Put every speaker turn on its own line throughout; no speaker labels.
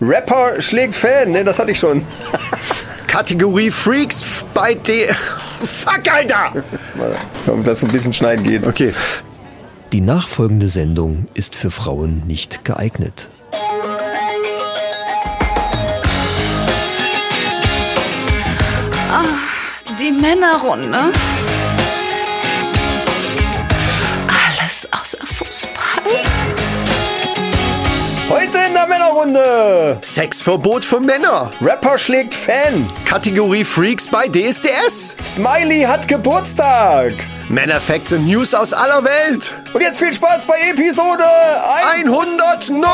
Rapper schlägt Fan, ne, das hatte ich schon.
Kategorie Freaks bei D. Fuck, Alter!
Ob das so ein bisschen schneiden geht.
Okay.
Die nachfolgende Sendung ist für Frauen nicht geeignet.
Die Männerrunde. Alles außer Fußball.
Heute in der Männerrunde.
Sexverbot für Männer.
Rapper schlägt Fan.
Kategorie Freaks bei DSDS.
Smiley hat Geburtstag.
Männerfacts und News aus aller Welt.
Und jetzt viel Spaß bei Episode 1.
109!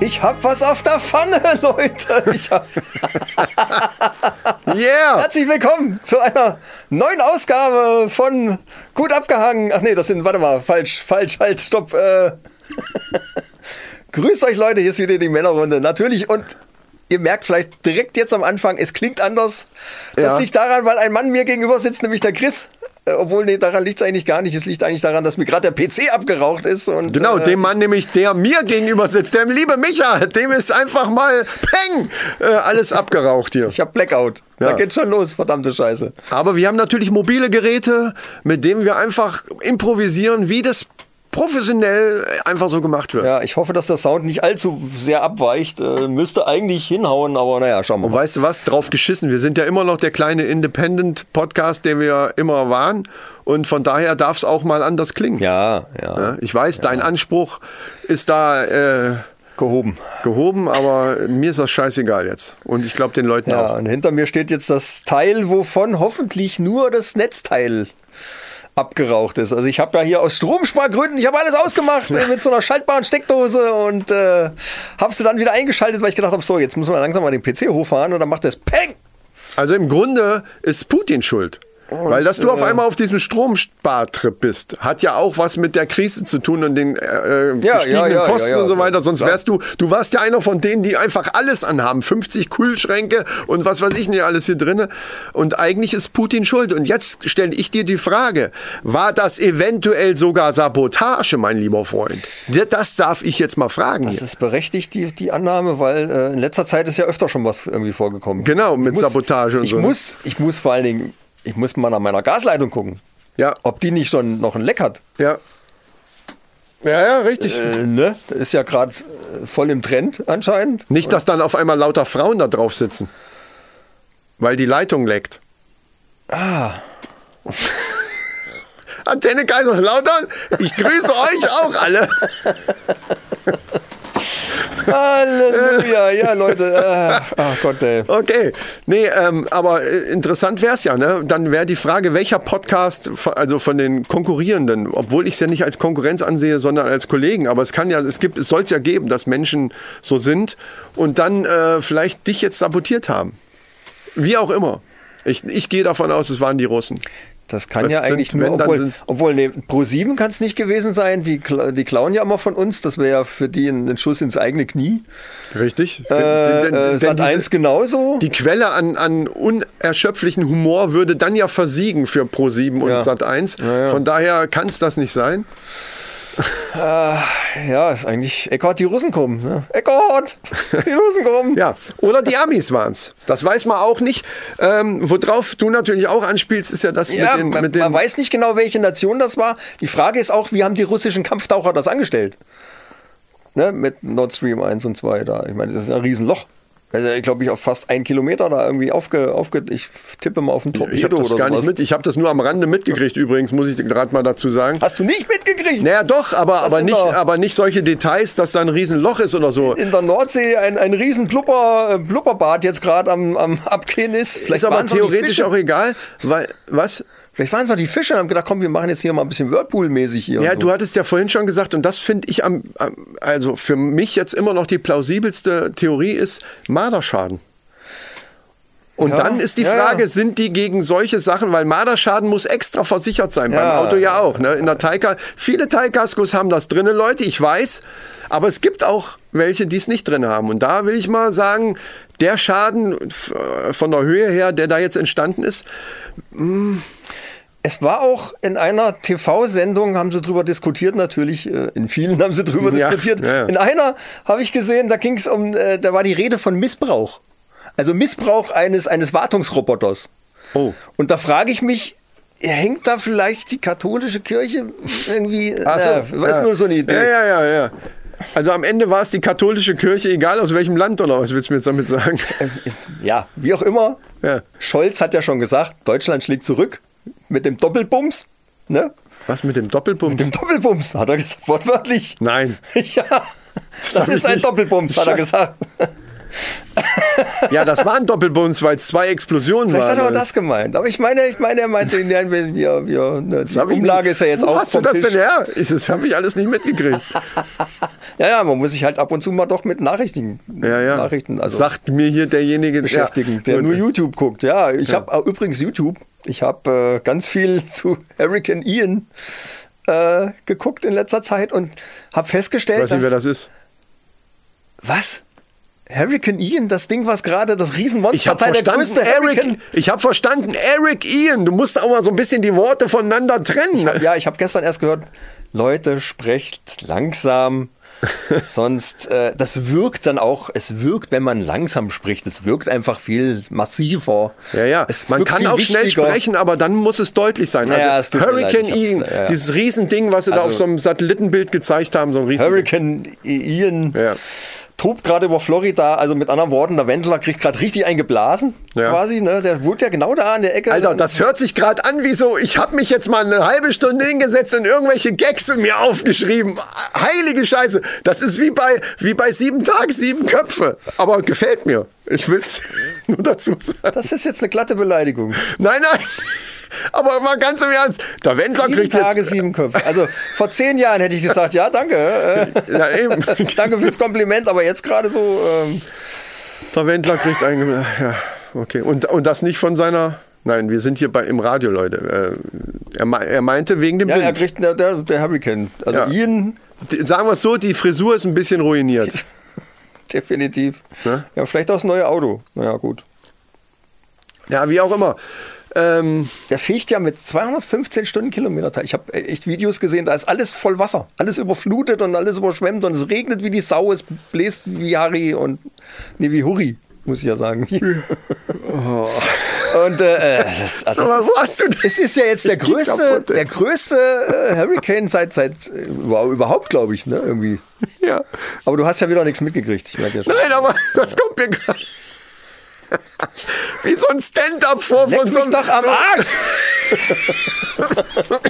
Ich hab was auf der Pfanne, Leute. Ich hab...
Yeah!
Herzlich willkommen zu einer neuen Ausgabe von Gut abgehangen. Ach nee, das sind, warte mal, falsch, falsch, halt, stopp. Äh. Grüßt euch Leute, hier ist wieder die Männerrunde. Natürlich und ihr merkt vielleicht direkt jetzt am Anfang, es klingt anders. Das
Ja.
liegt daran, weil ein Mann mir gegenüber sitzt, nämlich der Chris. Äh, Obwohl, nee, daran liegt es eigentlich gar nicht. Es liegt eigentlich daran, dass mir gerade der PC abgeraucht ist. Und,
Genau,
äh,
dem Mann nämlich, der mir gegenüber sitzt, der liebe Micha, dem ist einfach mal Peng! Äh, alles abgeraucht hier.
Ich hab Blackout.
Ja.
Da geht's schon los, verdammte Scheiße.
Aber wir haben natürlich mobile Geräte, mit denen wir einfach improvisieren, wie das professionell einfach so gemacht wird.
Ja, ich hoffe, dass der Sound nicht allzu sehr abweicht. Äh, müsste eigentlich hinhauen, aber naja, schauen wir
Und
mal.
weißt du was? Drauf geschissen. Wir sind ja immer noch der kleine Independent-Podcast, der wir immer waren. Und von daher darf es auch mal anders klingen.
Ja, ja,
Ja, Ich weiß, dein Anspruch ist da äh,
gehoben.
gehoben, aber mir ist das scheißegal jetzt. Und ich glaube den Leuten
Ja,
auch.
und hinter mir steht jetzt das Teil, wovon hoffentlich nur das Netzteil abgeraucht ist. Also ich habe ja hier aus Stromspargründen, ich habe alles ausgemacht äh, mit so einer schaltbaren Steckdose und äh, habe sie dann wieder eingeschaltet, weil ich gedacht habe, so, jetzt müssen wir langsam mal den PC hochfahren und dann macht das Peng.
Also im Grunde ist Putin schuld. Weil dass du auf einmal auf diesem Stromspartrip bist, hat ja auch was mit der Krise zu tun und den äh, äh,
Ja,
gestiegenen
ja, ja,
Kosten
ja, ja.
und so weiter. Sonst
Klar.
wärst du, du warst ja einer von denen, die einfach alles anhaben. 50 Kühlschränke und was weiß ich nicht alles hier drinne. Und eigentlich ist Putin schuld. Und jetzt stelle ich dir die Frage, war das eventuell sogar Sabotage, mein lieber Freund? Das darf ich jetzt mal fragen.
Das
hier.
ist berechtigt, die, die Annahme, weil äh, in letzter Zeit ist ja öfter schon was irgendwie vorgekommen.
Genau,
Ich
mit Sabotage und
ich
so, ne?
Muss, ich muss vor allen Dingen, ich muss mal nach meiner Gasleitung gucken,
Ja,
ob die nicht schon noch ein Leck hat.
ja. Ja, ja, richtig.
Äh, ne? Das ist ja gerade äh, voll im Trend anscheinend.
Nicht, dass dann auf einmal lauter Frauen da drauf sitzen. Weil die Leitung leckt. Ah. Antenne Kaiserslautern, ich grüße euch auch alle.
Halleluja, ja Leute. Äh, ach Gott, ey.
Okay, nee, ähm, aber äh, interessant wäre es ja, ne? Dann wäre die Frage, welcher Podcast, f- also von den Konkurrierenden, obwohl ich es ja nicht als Konkurrenz ansehe, sondern als Kollegen, aber es kann ja, es gibt, es soll es ja geben, dass Menschen so sind und dann äh, vielleicht dich jetzt sabotiert haben. Wie auch immer. Ich, ich gehe davon aus, es waren die Russen.
Das kann
Was
ja
sind,
eigentlich
wenn,
nur,
dann
obwohl,
sind's-
obwohl nee, Pro7 kann es nicht gewesen sein. Die, kla- die klauen ja immer von uns. Das wäre ja für die ein, ein Schuss ins eigene Knie.
Richtig.
Äh,
denn, denn,
äh,
denn
Sat
diese-
1 genauso.
die Quelle an, an unerschöpflichen Humor würde dann ja versiegen für Pro7 und
Ja.
Sat1.
ja.
Von daher kann es das nicht sein.
ja, ist eigentlich Eckhardt, die Russen kommen. Ne? Eckhardt, die Russen kommen.
Ja, oder die Amis waren's. Das weiß man auch nicht. Ähm, worauf du natürlich auch anspielst, ist ja das
Ja,
mit den.
man,
Mit den
man weiß nicht genau, welche Nation das war. Die Frage ist auch, wie haben die russischen Kampftaucher das angestellt? Ne, mit Nord Stream 1 und 2 da. Ich meine, das ist ein Riesenloch. Also, ich glaube, ich auf fast einen Kilometer da irgendwie aufge, aufge ich tippe mal auf den Torpedo
ich habe das
oder
gar nicht
sowas.
mit. Ich habe das nur am Rande mitgekriegt, übrigens, muss ich gerade mal dazu sagen.
Hast du nicht mitgekriegt?
Naja, doch, aber, aber,
sind
nicht,
doch-
aber nicht solche Details, dass da ein Riesenloch ist oder so.
In der Nordsee ein, ein riesen Blubber, äh, Blubberbad jetzt gerade am, am Abgehen ist. Vielleicht
ist aber
waren's auch die
theoretisch
Fische.
auch egal, weil. Was?
Vielleicht waren es doch die Fische und haben gedacht, komm, wir machen jetzt hier mal ein bisschen Whirlpool-mäßig hier.
Ja,
und so.
du hattest ja vorhin schon gesagt, und das finde ich am, am, also für mich jetzt immer noch die plausibelste Theorie ist Marderschaden. Und
Ja,
dann ist die
ja,
Frage,
ja.
sind die gegen solche Sachen, weil Marderschaden muss extra versichert sein,
Ja.
beim Auto ja auch. Ne? In der Teilka, viele Teilkaskos haben das drinne, Leute, ich weiß, aber es gibt auch welche, die es nicht drin haben. Und da will ich mal sagen, äh, der Schaden f- von der Höhe her, der da jetzt entstanden ist,
Es war auch in einer TV-Sendung, haben sie drüber diskutiert natürlich, äh, in vielen haben sie drüber
Ja,
diskutiert.
ja, ja.
In einer habe ich gesehen, da ging es um, äh, da war die Rede von Missbrauch. Also Missbrauch eines, eines Wartungsroboters.
Oh.
Und da frage ich mich, hängt da vielleicht die katholische Kirche irgendwie?
Ach so,
Na, Weiß nur so eine Idee.
Ja, ja, ja, ja. Also am Ende war es die katholische Kirche, egal aus welchem Land oder was willst du mir jetzt damit sagen?
Ja, wie auch immer.
Ja.
Scholz hat ja schon gesagt, Deutschland schlägt zurück mit dem Doppelbums. Ne?
Was mit dem Doppelpunkt?
Dem Doppelbums, hat er gesagt, wortwörtlich.
Nein.
Ja, das,
hab ich
ist ein
nicht.
Doppelbums, hat er gesagt.
Ja, das war ein Doppelbums, weil es zwei Explosionen
Vielleicht
waren.
hat er auch
oder?
das gemeint. Aber ich meine, ich meine, er meinte, nein, wir, wir, wir, ne, die
hab ich
Umlage
nicht-
ist ja jetzt
Wo
auch
hast du
vom
das
Tisch.
denn her? Ich, das habe ich alles nicht mitgekriegt.
Ja, ja, man muss sich halt ab und zu mal doch mit Nachrichten,
Ja, ja.
Nachrichten also
Sagt mir hier derjenige,
beschäftigen,
Ja.
der
Gut.
nur YouTube guckt. Ja, ich habe übrigens YouTube. Ich habe äh, ganz viel zu Hurricane Ian äh, geguckt in letzter Zeit und habe
Ich
festgestellt,
weiß nicht, wer das ist.
was? Hurricane Ian, das Ding, was gerade das
Ich habe
Riesenmonsterteil der
verstanden,
größte
Eric.
Hurricane.
Ich habe verstanden, Eric Ian. Du musst auch mal so ein bisschen die Worte voneinander trennen.
Ja, ich habe gestern erst gehört, Leute, sprecht langsam. Sonst, äh, das wirkt dann auch, es wirkt, wenn man langsam spricht, es wirkt einfach viel massiver.
Ja, ja.
Es
Man
wirkt
kann
viel
auch schnell
wichtiger.
sprechen, aber dann muss es deutlich sein. Also
Ja, ja, es tut mir
Hurricane
leid, ich
Ian,
hab's- ja, ja.
dieses Riesending, was sie da
Also-
auf so einem Satellitenbild gezeigt haben, so ein Riesending.
Hurricane Ian
Ja.
tobt gerade über Florida, also mit anderen Worten, der Wendler kriegt gerade richtig eingeblasen,
Ja.
quasi, ne? Der wohnt ja genau da an der Ecke.
Alter, das hört sich gerade an wie so, ich habe mich jetzt mal eine halbe Stunde hingesetzt und irgendwelche Gags in mir aufgeschrieben. Heilige Scheiße. Das ist wie bei, wie bei sieben Tag, sieben Köpfe. Aber gefällt mir. Ich will's nur dazu sagen.
das ist jetzt eine glatte Beleidigung.
Nein, nein. Aber mal ganz im Ernst. Der Wendler
Sieben
kriegt
Tage,
jetzt...
sieben Köpfe. Also vor zehn Jahren hätte ich gesagt, ja, danke. Äh,
Ja, eben.
danke fürs Kompliment, aber jetzt gerade so. Ähm,
Der Wendler kriegt einen. Ja, okay. Und, und das nicht von seiner. Nein, wir sind hier bei, im Radio, Leute. Äh, Er, mei- er meinte wegen dem
ja, er
Bild.
kriegt der, der, der Hurricane. Also
Ja.
Ian,
Die- Sagen wir es so, die Frisur ist ein bisschen ruiniert.
definitiv.
Ne?
Ja, vielleicht auch das neue Auto. Naja, gut.
Ja, wie auch immer. Ähm,
Der fegt ja mit 215 Stundenkilometer. teil. Ich habe echt Videos gesehen, da ist alles voll Wasser. Alles überflutet und alles überschwemmt und es regnet wie die Sau, es bläst wie Harry und nee, wie Hurri, muss ich ja sagen.
Oh.
Und äh, äh, das, das
sag mal,
ist,
wo hast du das?
es ist ja jetzt der
Ich geh
größte,
kaputt, ey.
der größte äh, Hurricane seit, seit äh, wow, überhaupt, glaube ich, ne? Irgendwie.
Ja.
Aber du hast ja wieder nichts mitgekriegt. Ich merk ja schon.
Nein, aber das kommt mir gerade. Wie so ein Stand-up vor
Leck
von so
mich
einem.
doch am
so,
Arsch!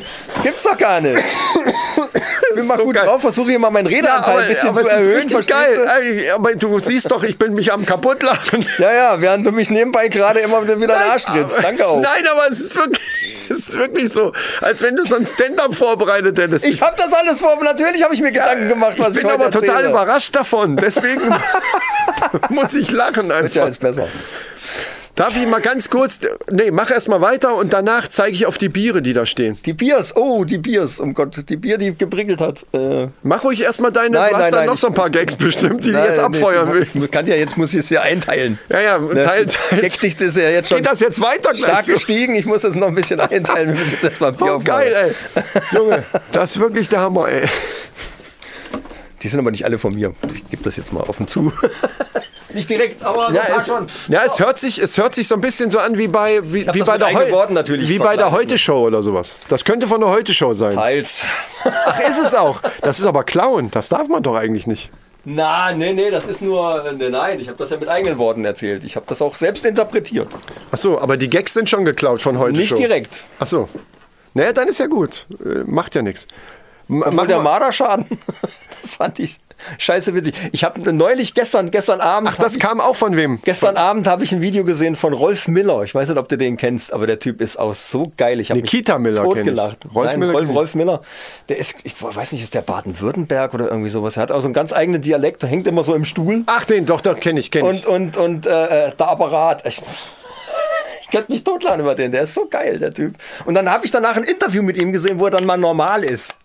Gibt's doch gar nicht. Ich bin mal
so
gut
geil.
drauf, versuche hier mal meinen
ja,
Redeanteil
aber,
ein bisschen
aber
zu
es
erhöhen.
ist richtig
verstehst
geil.
du?
Ey, Aber du siehst doch, ich bin mich am kaputtlachen.
Ja, ja, während du mich nebenbei gerade immer wieder in den
Nein,
Arsch trittst.
aber-
Danke auch.
Nein, aber es ist wirklich, es ist wirklich so, als wenn du so ein Stand-up vorbereitet hättest.
Ich habe das alles vor, natürlich habe ich mir Gedanken gemacht, was ich,
ich bin
heute
aber total
erzähle.
überrascht davon. Deswegen muss ich lachen
Ja,
einfach.
ist besser.
Darf ich mal ganz kurz. Nee, mach erst mal weiter und danach zeige ich auf die Biere, die da stehen.
Die Biers, oh, die Biers, um Gott, die Bier, die geprickelt hat. Äh,
Mach ruhig erst mal deine.
Nein,
du hast
nein,
da
nein,
noch
ich-
so ein paar Gags bestimmt, die du
nein,
jetzt
nee,
abfeuern
ich- ich
willst.
Kann ja, jetzt muss ich es ja einteilen. Ne?
Ja, ja, teil, teil.
Deckdicht ist ja jetzt schon.
Geht das jetzt weiter
stark
gleich? so?
gestiegen. Ich muss das noch ein bisschen einteilen. Wir müssen jetzt erstmal Bier
Oh,
aufmachen.
geil, ey. Junge, das ist wirklich der Hammer, ey.
Die sind aber nicht alle von mir. Ich gebe das jetzt mal offen zu. nicht direkt, aber so
Ja,
Also ein paar
es, ja es, hört sich, es hört sich so ein bisschen so an wie bei, wie, wie
das
bei
mit
der,
eingeworfen natürlich,
wie bei der
vergleichen.
Heute-Show oder sowas. Das könnte von der Heute-Show sein.
Teils.
Ach, ist es auch. Das ist aber klauen. Das darf man doch eigentlich nicht.
Na, nee, nee, das ist nur. Nee, nein, ich habe das ja mit eigenen Worten erzählt. Ich habe das auch selbst interpretiert.
Ach so, aber die Gags sind schon geklaut von Heute-Show.
Nicht direkt.
Ach so. Naja, dann ist ja gut. Äh, macht ja nichts. M-
Mach
Mach
der
mal.
Marderschaden. Das fand ich scheiße witzig. Ich habe neulich gestern, gestern Abend.
Ach, das kam auch von wem?
Gestern Abend habe ich ein Video gesehen von Rolf Miller. Ich weiß nicht, ob du den kennst, aber der Typ ist auch so geil. Ich habe
Nikita Miller kenn ich.
totgelacht.
Rolf
Nein,
Miller
Rolf,
kenn ich.
Rolf Miller. Der ist, ich weiß nicht, ist der Baden-Württemberg oder irgendwie sowas. Er hat auch so einen ganz eigenen Dialekt, der hängt immer so im Stuhl.
Ach, den, doch, doch, kenne ich, kenne ich.
Und, und, und äh, äh, der Apparat. Ich, ich könnte mich totlachen über den. Der ist so geil, der Typ. Und dann habe ich danach ein Interview mit ihm gesehen, wo er dann mal normal ist.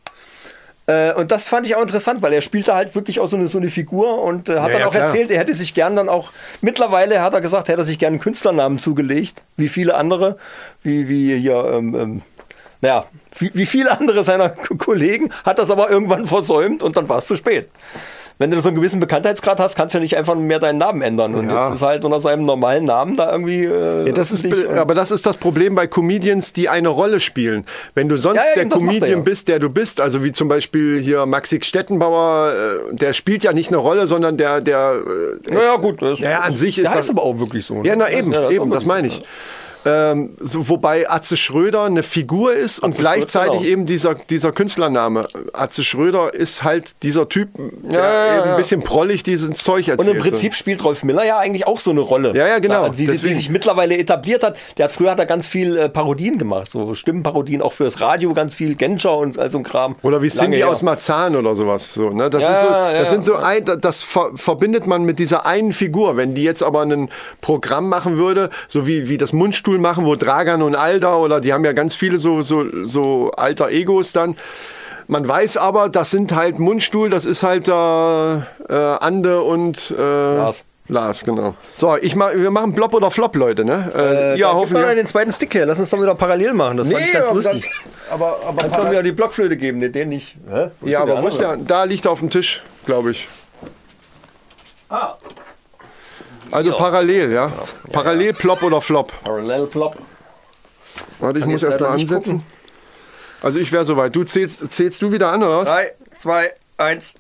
Äh, Und das fand ich auch interessant, weil er spielte halt wirklich auch so eine, so eine Figur und äh, hat
Ja,
dann
ja,
auch
klar.
erzählt, er hätte sich gern dann auch, mittlerweile hat er gesagt, hätte er sich gern einen Künstlernamen zugelegt, wie viele andere, wie, wie hier, ähm, ähm, Naja, wie, wie viele andere seiner K- Kollegen hat das aber irgendwann versäumt und dann war es zu spät. Wenn du so einen gewissen Bekanntheitsgrad hast, kannst du ja nicht einfach mehr deinen Namen ändern. Und
Ja.
jetzt ist halt unter seinem normalen Namen da irgendwie. Äh,
Ja, das ist,
öffentlich
be- aber das ist das Problem bei Comedians, die eine Rolle spielen. Wenn du sonst
Ja, ja,
der
eben, das macht er
Comedian
ja.
bist, der du bist, also wie zum Beispiel hier Maxi Stettenbauer, äh, der spielt ja nicht eine Rolle, sondern der, der, äh,
und- naja, gut. Das,
Ja, ja, an sich ist
der
das-
heißt aber auch wirklich so.
ja, na
ne?
eben,
ist
eben,
auch
das
wirklich
meine
so.
ich. Ähm, so, wobei Atze Schröder eine Figur ist und gleichzeitig
genau.
eben dieser, dieser Künstlername. Atze Schröder ist halt dieser Typ, der
ja,
eben
ja.
ein bisschen prollig dieses Zeug erzählt.
Und im Prinzip spielt Rolf Miller ja eigentlich auch so eine Rolle.
Ja, ja, genau.
die, die
Deswegen.
sich mittlerweile etabliert hat. Der hat früher hat er ganz viel äh, Parodien gemacht, so Stimmenparodien, auch fürs Radio ganz viel, Genscher und all so ein Kram.
Oder wie Cindy
Lange her.
aus Marzahn oder sowas. So, ne? Das
Ja,
sind so,
ja,
das,
ja.
sind so ein, da- das ver verbindet man mit dieser einen Figur. Wenn die jetzt aber ein Programm machen würde, so wie, wie das Mundstuhl machen, wo Dragan und Alda oder die haben ja ganz viele so, so, so alter Egos dann. Man weiß aber, das sind halt Mundstuhl, das ist halt da äh, Ande und äh, Lars. Lars, genau. So, ich mach, wir machen Blob oder Flop, Leute, ne? Äh, ja,
Ja, Gib mal
hoffentlich.
den zweiten Stick her. Lass uns doch wieder parallel machen. Das fand ich ganz
aber dann-
lustig.
aber, aber,
Kannst du mir die Blockflöte geben, den, den nicht. Hä? Wo ist
ja,
denn
aber wo ist
andere?
der? Da liegt er auf dem Tisch, glaube ich.
Ah,
Also parallel, ja. Parallel Plop oder Flop.
Parallel Plop.
Warte, ich muss
jetzt
erst mal
leider nicht
ansetzen. Also ich wäre soweit. Du zählst, zählst du wieder an, oder was?
3, 2, 1.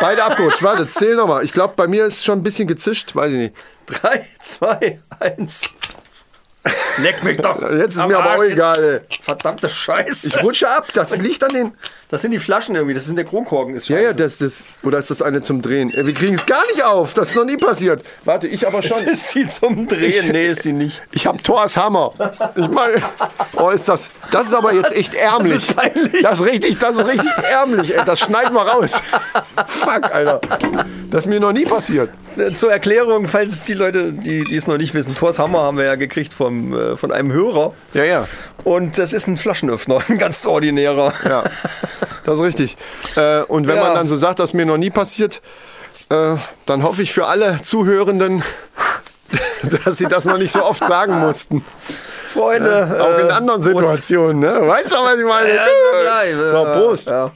Beide abgerutscht. Warte, zähl nochmal. Ich glaube, bei mir ist schon ein bisschen gezischt. Weiß ich nicht.
3, 2, 1. Leck mich doch.
Jetzt ist
am
mir aber
Arsch,
auch
jetzt-
egal. Ey.
Verdammte Scheiße.
Ich rutsche ab. Das liegt an den.
das sind die Flaschen irgendwie. Das sind der Kronkorken. Ist
Ja, ja,
scheiße.
das, das. Oder ist das eine zum Drehen? Ey, Wir kriegen es gar nicht auf. Das ist noch nie passiert. Warte, ich aber schon.
Ist sie zum Drehen? Nee, ist sie nicht.
Ich hab Thors Hammer. Ich meine, oh, ist das. Das ist aber jetzt echt ärmlich.
Das ist peinlich.
Das ist richtig, das ist richtig ärmlich. Ey, das schneiden wir raus. Fuck, Alter. Das ist mir noch nie passiert.
Äh, Zur Erklärung, falls es die Leute, die, die es noch nicht wissen, Thors Hammer haben wir ja gekriegt vom, äh, von einem Hörer.
Ja, ja.
Und das ist ein Flaschenöffner, ein ganz ordinärer.
Ja, das ist richtig. Äh, und wenn
Ja.
man dann so sagt, das ist mir noch nie passiert, äh, dann hoffe ich für alle Zuhörenden, dass sie das noch nicht so oft sagen mussten.
Freunde.
Auch in
äh,
anderen Situationen, ne? Weißt du, was ich meine?
Ja, ja, ja, ja,
so, Prost.
Ja.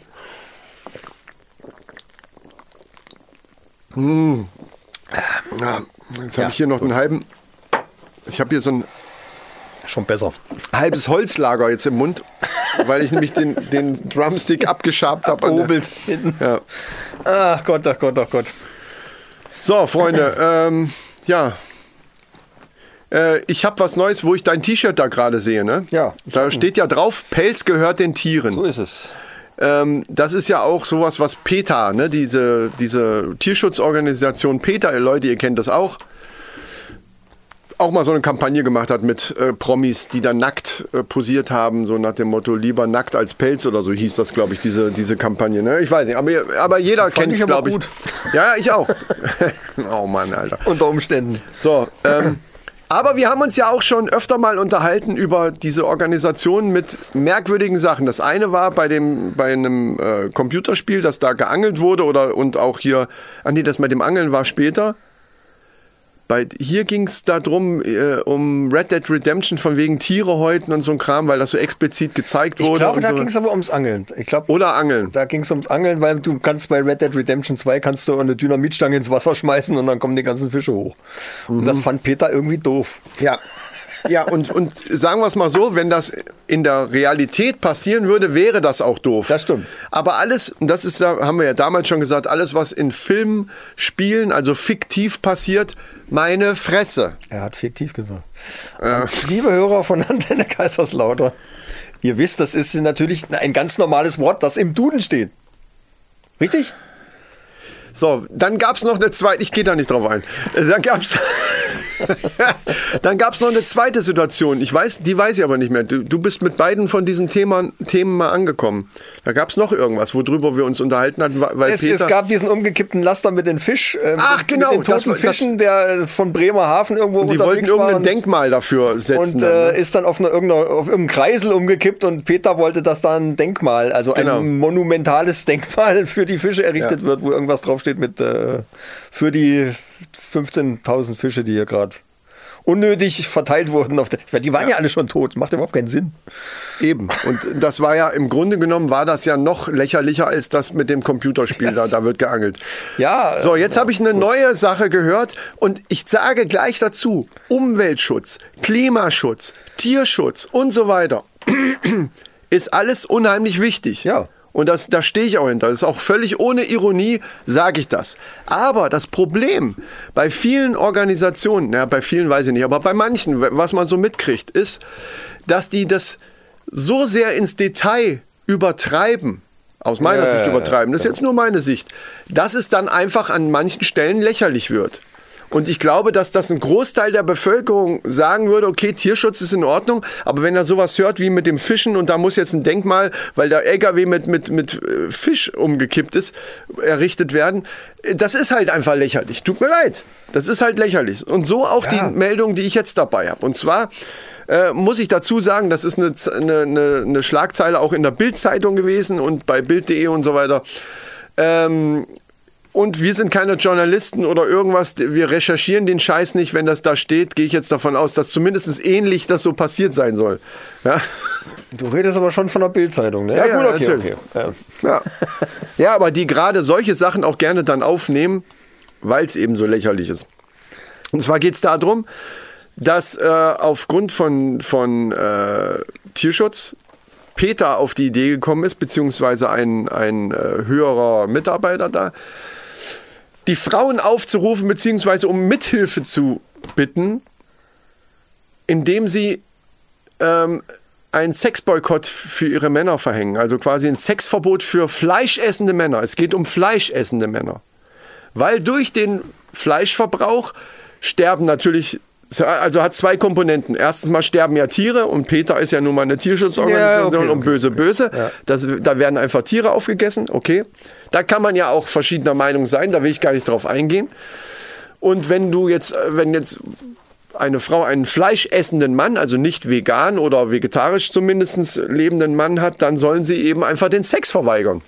Ja, jetzt habe ich hier noch einen halben. Ich habe hier so ein
Schon besser.
halbes Holzlager jetzt im Mund, weil ich nämlich den, den Drumstick abgeschabt habe.
Obelt hinten.
Ja.
Ach Gott, ach Gott, ach Gott.
So, Freunde, ähm, ja. Äh, ich habe was Neues, wo ich dein T-Shirt da gerade sehe, ne?
Ja.
Da steht ja drauf, Pelz gehört den Tieren.
So ist es.
Ähm, das ist ja auch sowas, was PETA, ne? diese, diese Tierschutzorganisation PETA, ihr Leute, ihr kennt das auch, auch mal so eine Kampagne gemacht hat mit äh, Promis, die dann nackt äh, posiert haben, so nach dem Motto, lieber nackt als Pelz oder so hieß das, glaube ich, diese, diese Kampagne. Ne? Ich weiß nicht, aber, aber jeder kennt,
ich aber
glaube ich.
gut.
Ja, ja, ich auch. oh Mann, Alter.
Unter Umständen.
So, ähm, aber wir haben uns ja auch schon öfter mal unterhalten über diese Organisationen mit merkwürdigen Sachen. Das eine war bei dem bei einem äh, Computerspiel, das da geangelt wurde oder und auch hier, ah nee, das mit dem Angeln war später. Bei, hier ging es darum, äh, um Red Dead Redemption von wegen Tiere häuten und so ein Kram, weil das so explizit gezeigt
Ich
wurde.
glaube,
und
da
so.
ging es aber ums Angeln. Ich glaube,
Oder Angeln.
da ging es ums Angeln, weil du kannst bei Red Dead Redemption 2 kannst du eine Dynamitstange ins Wasser schmeißen und dann kommen die ganzen Fische hoch. Und das fand Peter irgendwie doof.
Mhm. Ja. Ja, und, und sagen wir es mal so, wenn das in der Realität passieren würde, wäre das auch doof.
Das stimmt.
Aber alles, und das ist, da haben wir ja damals schon gesagt, alles, was in Filmen, Spielen, also fiktiv passiert, meine Fresse.
Er hat fiktiv gesagt.
Äh.
Und Liebe Hörer von Antenne Kaiserslautern, ihr wisst, das ist natürlich ein ganz normales Wort, das im Duden steht. Richtig?
So, dann gab es noch eine zweite, ich gehe da nicht drauf ein. Äh, Dann gab es dann gab's noch eine zweite Situation. Ich weiß, die weiß ich aber nicht mehr. Du, du bist mit beiden von diesen Themen, Themen mal angekommen. Da gab es noch irgendwas, worüber wir uns unterhalten hatten, weil
Es,
Äh, Peter...
es gab diesen umgekippten Laster mit den Fisch, äh, mit
Ach,
den-
genau,
mit den
das
toten
war- das-
Fischen, der äh, von Bremerhaven irgendwo
Und die wollten
unterwegs war
irgendein
und-
Denkmal dafür setzen.
und
dann, ne?
äh, ist dann auf, eine, irgendeiner- auf irgendeinem Kreisel umgekippt und Peter wollte, dass da ein Denkmal, also
Genau.
ein monumentales Denkmal für die Fische errichtet
Ja.
wird, wo irgendwas draufsteht mit äh, für die 15.000 Fische, die hier gerade unnötig verteilt wurden. Auf der, ich meine, die waren ja. alle schon tot, macht überhaupt keinen Sinn.
Eben. Und das war ja im Grunde genommen war das ja noch lächerlicher als das mit dem Computerspiel da. Da wird geangelt.
Ja, äh,
So, jetzt habe ich eine neue Sache gehört und ich sage gleich dazu: Umweltschutz, Klimaschutz, Tierschutz und so weiter ist alles unheimlich wichtig.
Ja.
Und das, da stehe ich auch hinter. Das ist auch völlig ohne Ironie, sage ich das. Aber das Problem bei vielen Organisationen, na, bei vielen weiß ich nicht, aber bei manchen, was man so mitkriegt, ist, dass die das so sehr ins Detail übertreiben. Aus meiner
Ja, ja,
Sicht
ja.
übertreiben. Das ist jetzt nur meine Sicht. Dass es dann einfach an manchen Stellen lächerlich wird. Und ich glaube, dass das ein Großteil der Bevölkerung sagen würde, okay, Tierschutz ist in Ordnung, aber wenn er sowas hört wie mit dem Fischen und da muss jetzt ein Denkmal, weil der LKW mit, mit, mit äh, Fisch umgekippt ist, errichtet werden, äh, das ist halt einfach lächerlich. Tut mir leid. Das ist halt lächerlich. Und so auch
Ja.
die Meldung, die ich jetzt dabei habe. Und zwar äh, muss ich dazu sagen, das ist eine, Z- eine, eine, eine Schlagzeile auch in der Bild-Zeitung gewesen und bei Bild.de und so weiter. Ähm, und wir sind keine Journalisten oder irgendwas. Wir recherchieren den Scheiß nicht. Wenn das da steht, gehe ich jetzt davon aus, dass zumindest ähnlich das so passiert sein soll. Ja,
Du redest aber schon von der Bildzeitung, ne?
Ja, ja, natürlich.
Ja.
ja. ja aber die gerade solche Sachen auch gerne dann aufnehmen, weil es eben so lächerlich ist. Und zwar geht es darum, dass äh, aufgrund von, von äh, Tierschutz Peter auf die Idee gekommen ist, beziehungsweise ein, ein äh, höherer Mitarbeiter da, die Frauen aufzurufen, beziehungsweise um Mithilfe zu bitten, indem sie ähm, einen Sexboykott für ihre Männer verhängen. Also quasi ein Sexverbot für fleischessende Männer. Es geht um fleischessende Männer. Weil durch den Fleischverbrauch sterben natürlich, also hat zwei Komponenten. Erstens mal sterben ja Tiere und Peter ist ja nun mal eine Tierschutzorganisation
Ja, okay, okay,
und böse, böse. Das, da werden einfach Tiere aufgegessen, okay. Da kann man ja auch verschiedener Meinung sein, da will ich gar nicht drauf eingehen. Und wenn du jetzt, äh, wenn jetzt eine Frau einen fleischessenden Mann, also nicht vegan oder vegetarisch zumindest lebenden Mann hat, dann sollen sie eben einfach den Sex verweigern.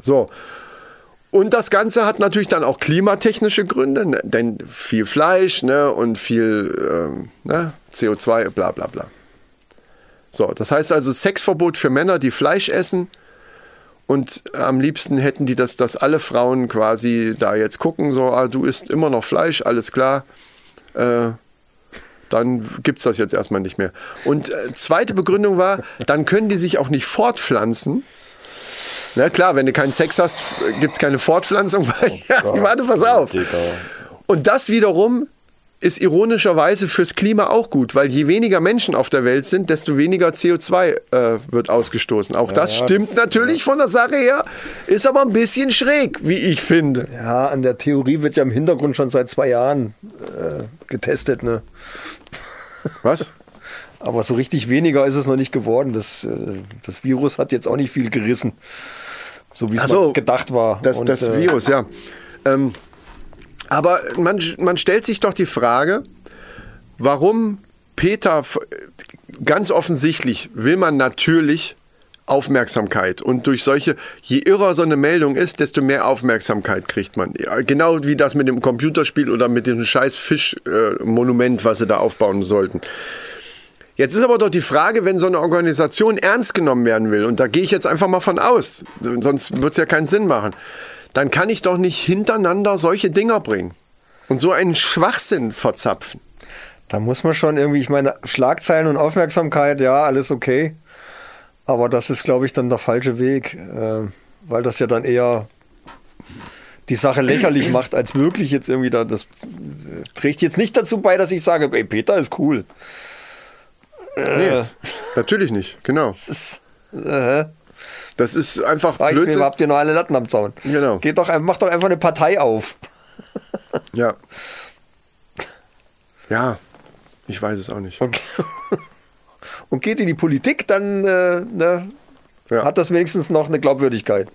So. Und das Ganze hat natürlich dann auch klimatechnische Gründe, ne? denn viel Fleisch ne? und viel ähm, ne? CO2, bla bla bla. So, das heißt also Sexverbot für Männer, die Fleisch essen. Und am liebsten hätten die das, dass alle Frauen quasi da jetzt gucken, so, ah, du isst immer noch Fleisch, alles klar. Äh, dann gibt es das jetzt erstmal nicht mehr. Und äh, zweite Begründung war, dann können die sich auch nicht fortpflanzen. Na klar, wenn du keinen Sex hast, gibt es keine Fortpflanzung. ja, warte, pass auf. Und das wiederum ist ironischerweise fürs Klima auch gut, weil je weniger Menschen auf der Welt sind, desto weniger CO2 äh, wird ausgestoßen. Auch das stimmt natürlich von der Sache her, ist aber ein bisschen schräg, wie ich finde.
ja, an der Theorie wird ja im Hintergrund schon seit zwei Jahren äh, getestet, ne?
Was?
Aber so richtig weniger ist es noch nicht geworden. Das, äh, das Virus hat jetzt auch nicht viel gerissen. So wie es
Ach so,
mal gedacht war.
Das,
Und,
das
äh,
Virus, ja. Ähm, aber man, man stellt sich doch die Frage, warum Peter f- ganz offensichtlich will man natürlich Aufmerksamkeit und durch solche, je irrer so eine Meldung ist, desto mehr Aufmerksamkeit kriegt man. Ja, Genau wie das mit dem Computerspiel oder mit dem scheiß Fischmonument, äh, was sie da aufbauen sollten. Jetzt ist aber doch die Frage, wenn so eine Organisation ernst genommen werden will, und da gehe ich jetzt einfach mal von aus, sonst wird es ja keinen Sinn machen, dann kann ich doch nicht hintereinander solche Dinger bringen und so einen Schwachsinn verzapfen.
Da muss man schon irgendwie, ich meine, Schlagzeilen und Aufmerksamkeit, ja, alles okay. Aber das ist, glaube ich, dann der falsche Weg, äh, weil das ja dann eher die Sache lächerlich macht, als wirklich jetzt irgendwie da. Das äh, trägt jetzt nicht dazu bei, dass ich sage, ey, Peter ist cool.
Nee, natürlich nicht, genau.
Das ist, äh,
Das ist einfach
Beispiel,
Blödsinn.
habt ihr noch alle Latten am Zaun.
Genau.
Geht doch, ein- macht doch einfach eine Partei auf.
Ja. ja, ich weiß es auch nicht.
Und, und geht in die Politik, dann äh, ne,
Ja.
hat das wenigstens noch eine Glaubwürdigkeit.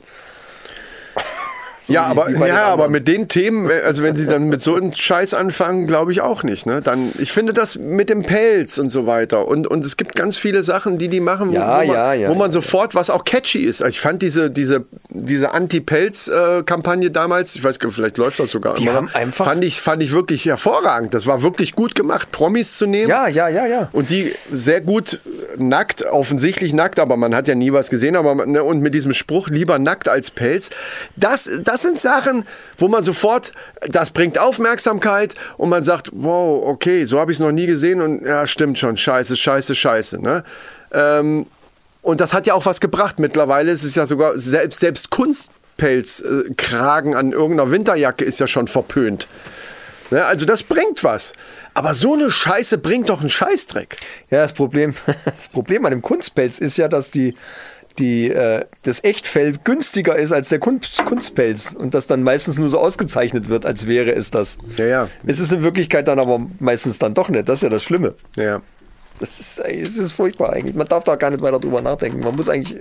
So
ja,
wie-
aber,
wie bei den
ja, aber
anderen.
mit den Themen, also wenn sie dann mit so einem Scheiß anfangen, glaube ich auch nicht. Ne? Dann, ich finde das mit dem Pelz und so weiter. Und, und es gibt ganz viele Sachen, die die machen, wo-
Ja,
wo man,
ja, ja,
wo man
ja.
sofort, was auch catchy ist. Ich fand diese, diese, diese Anti-Pelz-Kampagne damals, ich weiß gar nicht, vielleicht läuft das sogar
Die
immer.
haben
noch,
einfach-
fand, ich, fand ich wirklich hervorragend. Das war wirklich gut gemacht, Promis zu nehmen.
Ja, ja, ja, ja.
Und die sehr gut nackt, offensichtlich nackt, aber man hat ja nie was gesehen. Aber man- ne, und mit diesem Spruch lieber nackt als Pelz, das, das sind Sachen, wo man sofort, das bringt Aufmerksamkeit und man sagt, wow, okay, so habe ich es noch nie gesehen und ja, stimmt schon, scheiße, scheiße, scheiße. Ne? Ähm, und das hat ja auch was gebracht. Mittlerweile ist es ja sogar selbst, selbst Kunstpelzkragen äh, Kragen an irgendeiner Winterjacke ist ja schon verpönt. Ne? Also das bringt was. Aber so eine Scheiße bringt doch einen Scheißdreck.
Ja, das Problem, das Problem an dem Kunstpelz ist ja, dass die, die, äh, das Echtfell günstiger ist als der Kunst, Kunstpelz und das dann meistens nur so ausgezeichnet wird, als wäre es das.
Ja, ja.
Es ist in Wirklichkeit dann aber meistens dann doch nicht. Das ist ja das Schlimme.
Ja.
Das ist, ey, es ist furchtbar eigentlich. Man darf da gar nicht weiter drüber nachdenken. Man muss eigentlich.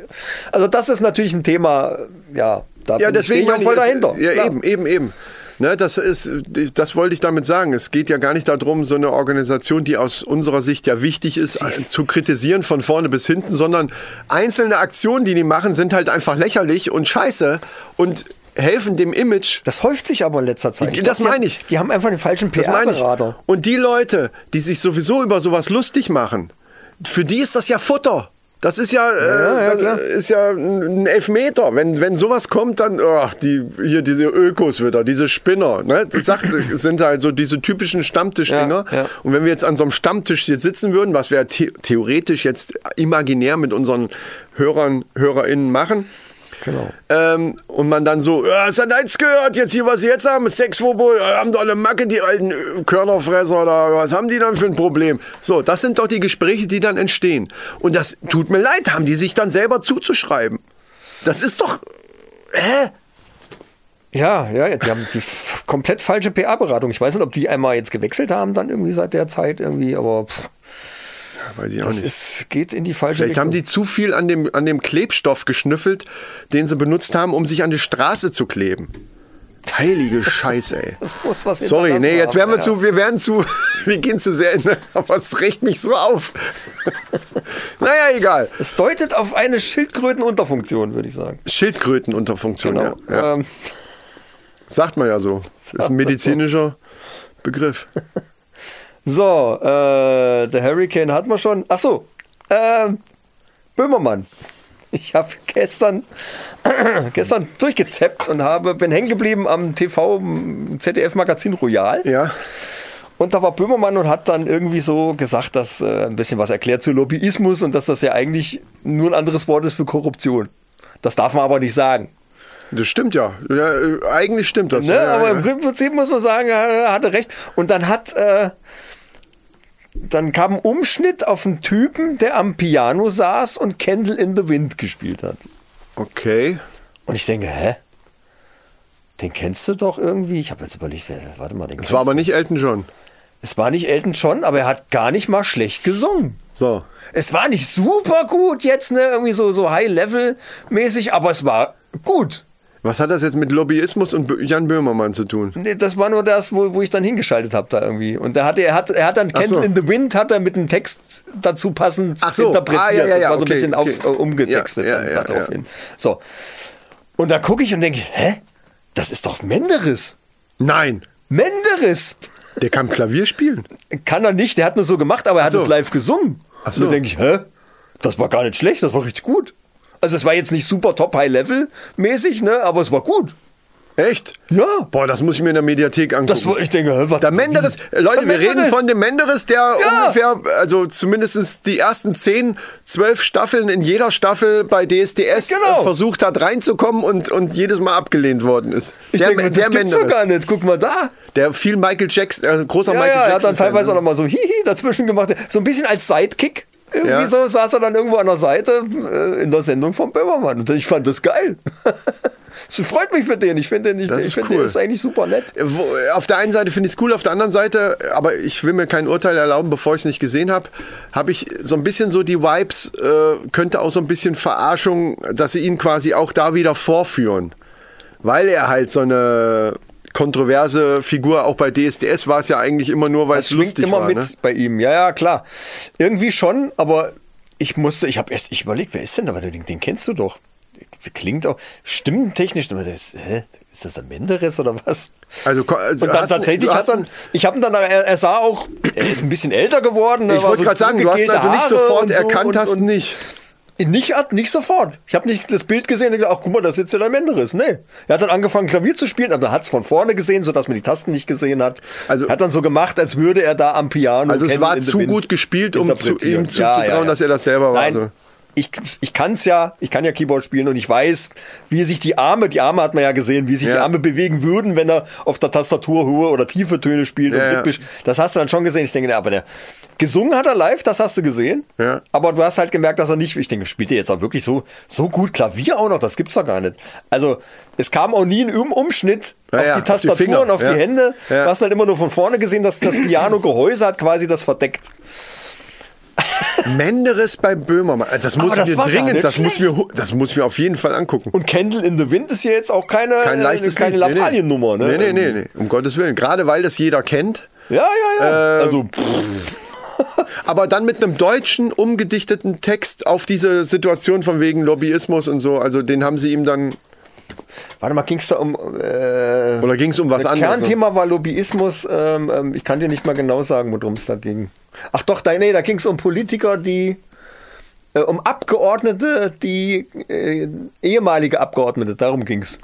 Also, das ist natürlich ein Thema, ja, da
Ja,
bin ich- stehe
deswegen
ich auch voll
meine ich, es-
dahinter.
Ja,
Klar.
eben, eben, eben. Ne, das ist, das wollte ich damit sagen. Es geht ja gar nicht darum, so eine Organisation, die aus unserer Sicht ja wichtig ist, äh, zu kritisieren von vorne bis hinten, sondern einzelne Aktionen, die die machen, sind halt einfach lächerlich und scheiße und helfen dem Image
Das häuft sich aber in letzter Zeit.
Die-
glaub,
das
die
meine
haben-
ich.
Die haben einfach den falschen
Das meine ich.
PR-Berater.
Und die Leute, die sich sowieso über sowas lustig machen, für die ist das ja Futter. Das ist ja, äh,
ja, ja,
das
klar.
ist ja ein Elfmeter. Wenn, wenn sowas kommt, dann oh, die, hier diese Ökos wieder, diese Spinner. Ne? Das sagt, es sind halt so diese typischen Stammtischdinger.
Ja, ja.
Und wenn wir jetzt an so einem Stammtisch jetzt sitzen würden, was wir the theoretisch jetzt imaginär mit unseren Hörern, HörerInnen machen,
Genau.
ähm, und man dann so, ja, hast du nichts gehört, jetzt hier, was sie jetzt haben, Sexverbot, äh, haben doch eine Macke, die alten äh, Körnerfresser oder was haben die dann für ein Problem? So, das sind doch die Gespräche, die dann entstehen. Und das tut mir leid, haben die sich dann selber zuzuschreiben. Das ist doch, hä?
Ja, ja, die haben die f- komplett falsche PR-Beratung. Ich weiß nicht, ob die einmal jetzt gewechselt haben, dann irgendwie seit der Zeit irgendwie, aber pff,
Weiß ich auch
das
nicht.
ist, geht in die falsche
Vielleicht haben
Richtung.
die zu viel an dem, an dem Klebstoff geschnüffelt, den sie benutzt haben, um sich an die Straße zu kleben. Heilige Scheiße, ey.
das muss was
Sorry,
hinterlassen
nee, jetzt
haben,
werden wir
ja.
zu, wir werden zu, wir gehen zu sehr, in, aber es regt mich so auf. naja, egal.
Es deutet auf eine Schildkrötenunterfunktion, würde ich sagen.
Schildkrötenunterfunktion,
Genau.
ja. ja.
Ähm,
Sagt man ja so. Ist
man so.
ein medizinischer Begriff.
so, äh, der Hurricane hat man schon. Ach so, ähm, Böhmermann. Ich habe gestern, gestern durchgezeppt und habe, bin hängen geblieben am TV ZDF-Magazin Royal.
Ja,
Und da war Böhmermann und hat dann irgendwie so gesagt, dass äh, ein bisschen was erklärt zu Lobbyismus und dass das ja eigentlich nur ein anderes Wort ist für Korruption. Das darf man aber nicht sagen.
das stimmt ja. ja äh, eigentlich stimmt das.
Ne?
ja, ja,
aber
ja.
im Prinzip muss man sagen, er hatte recht. Und dann hat, äh, dann kam ein Umschnitt auf einen Typen, der am Piano saß und Candle in the Wind gespielt hat.
Okay.
Und ich denke, hä? Den kennst du doch irgendwie? Ich habe jetzt überlegt, wer, warte mal, den
Es war aber nicht Elton John.
Es war nicht Elton John, aber er hat gar nicht mal schlecht gesungen.
So.
Es war nicht super gut jetzt, ne? Irgendwie so, so High-Level-mäßig, aber es war gut.
Was hat das jetzt mit Lobbyismus und Bö- Jan Böhmermann zu tun?
Nee, Das war nur das, wo, wo ich dann hingeschaltet habe da irgendwie. Und da hatte er hat, er hat dann Candle
so.
in the Wind hat er mit dem Text dazu passend
Ach so.
interpretiert.
Ah, ja, ja, ja,
das war so
okay,
ein bisschen auf, äh,
okay.
umgetextet
Ja,
dann
ja, ja,
darauf
ja.
hin. So. Und da gucke ich und denke, hä? Das ist doch Menderes.
Nein,
Menderes!
der kann Klavier spielen.
Kann er nicht, der hat nur so gemacht, aber er hat
so.
es live gesungen.
Ach so.
Und da denke ich, hä? Das war gar nicht schlecht, das war richtig gut. Also es war jetzt nicht super top high level mäßig, ne, aber es war gut.
Echt?
Ja.
Boah, das muss ich mir in der Mediathek angucken.
Das war ich denke, hä, was
Oh. Der Menderes, äh, Leute,
Der
wir
Menderes.
reden von dem Menderes, der
Ja.
ungefähr, also zumindest die ersten 10, 12 Staffeln in jeder Staffel bei DSDS
Genau.
äh, versucht hat reinzukommen und, und jedes Mal abgelehnt worden ist.
ich
der
denke,
Me-
das
der
gibt's doch gar nicht. Guck mal da.
der viel Michael Jackson, äh, großer
Ja,
Michael
ja, er hat
Oh Jackson.
dann teilweise auch
Fan, ne?
nochmal so hihi dazwischen gemacht. So ein bisschen als Sidekick. Irgendwie
Ja.
so saß er dann irgendwo an der Seite äh, in der Sendung von Böhmermann. Und ich fand das geil. Es freut mich für den. Ich finde den, ich,
Das ist
ich finde
cool.
den ist eigentlich super nett.
Wo, auf der einen Seite finde ich es cool, auf der anderen Seite, aber ich will mir kein Urteil erlauben, bevor ich es nicht gesehen habe, habe ich so ein bisschen so die Vibes, äh, könnte auch so ein bisschen Verarschung, dass sie ihn quasi auch da wieder vorführen. weil er halt so eine kontroverse Figur auch bei DSDS war es ja eigentlich immer nur, weil
Das
es
schwingt
lustig
immer
war.
mit
Ne?
bei ihm. Ja, ja, klar. Irgendwie schon, aber ich musste, ich habe erst, ich überlegt, wer ist denn da? Aber Den, den kennst du doch. Klingt auch stimmtechnisch, aber das, hä? ist das der Menderes oder was?
Also, ko- also
Und dann
hast du-
tatsächlich
du
hat
hast
dann, ich habe ihn dann, er, er sah auch, er ist ein bisschen älter geworden. ne? er
Ich
war
wollte
so
gerade sagen, du hast ihn also nicht
zurückgegelte
sofort
Haare und so
erkannt,
und-
hast
und-
nicht.
Nicht, ad- nicht sofort. Ich habe nicht das Bild gesehen und gedacht, ach guck mal, da sitzt ja der Menderes. Nee. Er hat dann angefangen, Klavier zu spielen, aber er hat es von vorne gesehen, sodass man die Tasten nicht gesehen hat.
Also-
Also, hat dann so gemacht, als würde er da am Piano.
Also es
Cabin
war
in the
zu
Wind
gut gespielt, um zu,
interpretieren.
ihm zuzutrauen, dass er das selber war.
Nein,
Also.
ich, ich kann es ja, ich kann ja Keyboard spielen und ich weiß, wie sich die Arme, die Arme hat man ja gesehen, wie sich die
Ja.
Arme bewegen würden, wenn er auf der Tastatur hohe oder tiefe Töne spielt
Ja, ja.
und rhythmisch. Das hast du dann schon gesehen. Ich denke, na, aber der gesungen hat er live, das hast du gesehen.
Ja.
Aber du hast halt gemerkt, dass er nicht, ich denke, spielt er jetzt auch wirklich so, so gut Klavier auch noch, das gibt's doch gar nicht. Also, es kam auch nie ein Um- Umschnitt
Ja,
auf die
ja, auf die
Tastatur
Finger,
und auf
ja.
die Hände.
Ja.
Du hast halt immer nur von vorne gesehen, dass das Piano-Gehäuse hat quasi das verdeckt.
Menderes bei Böhmermann. Das muss
Aber das
ich mir
war gar
dringend,
nicht
das muss, mir, hu- das muss ich mir auf jeden Fall angucken.
Und Candle in the Wind ist hier jetzt auch keine,
Kein leichtes
Äh, keine
Lied.
Lappalien-Nummer, ne?
Nee, nee, nee, nee, um Gottes Willen. Gerade weil das jeder kennt.
Ja, ja, ja.
Äh,
also, pff,
Aber dann mit einem deutschen, umgedichteten Text auf diese Situation von wegen Lobbyismus und so. Also den haben sie ihm dann,
warte mal, ging es da um. Äh,
oder ging es um was
das
anderes?
Kernthema war Lobbyismus. Ähm, ähm, ich kann dir nicht mal genau sagen, worum es da ging. Ach doch, da, nee, da ging es um Politiker, die. Äh, um Abgeordnete, die. Äh, ehemalige Abgeordnete, darum ging es.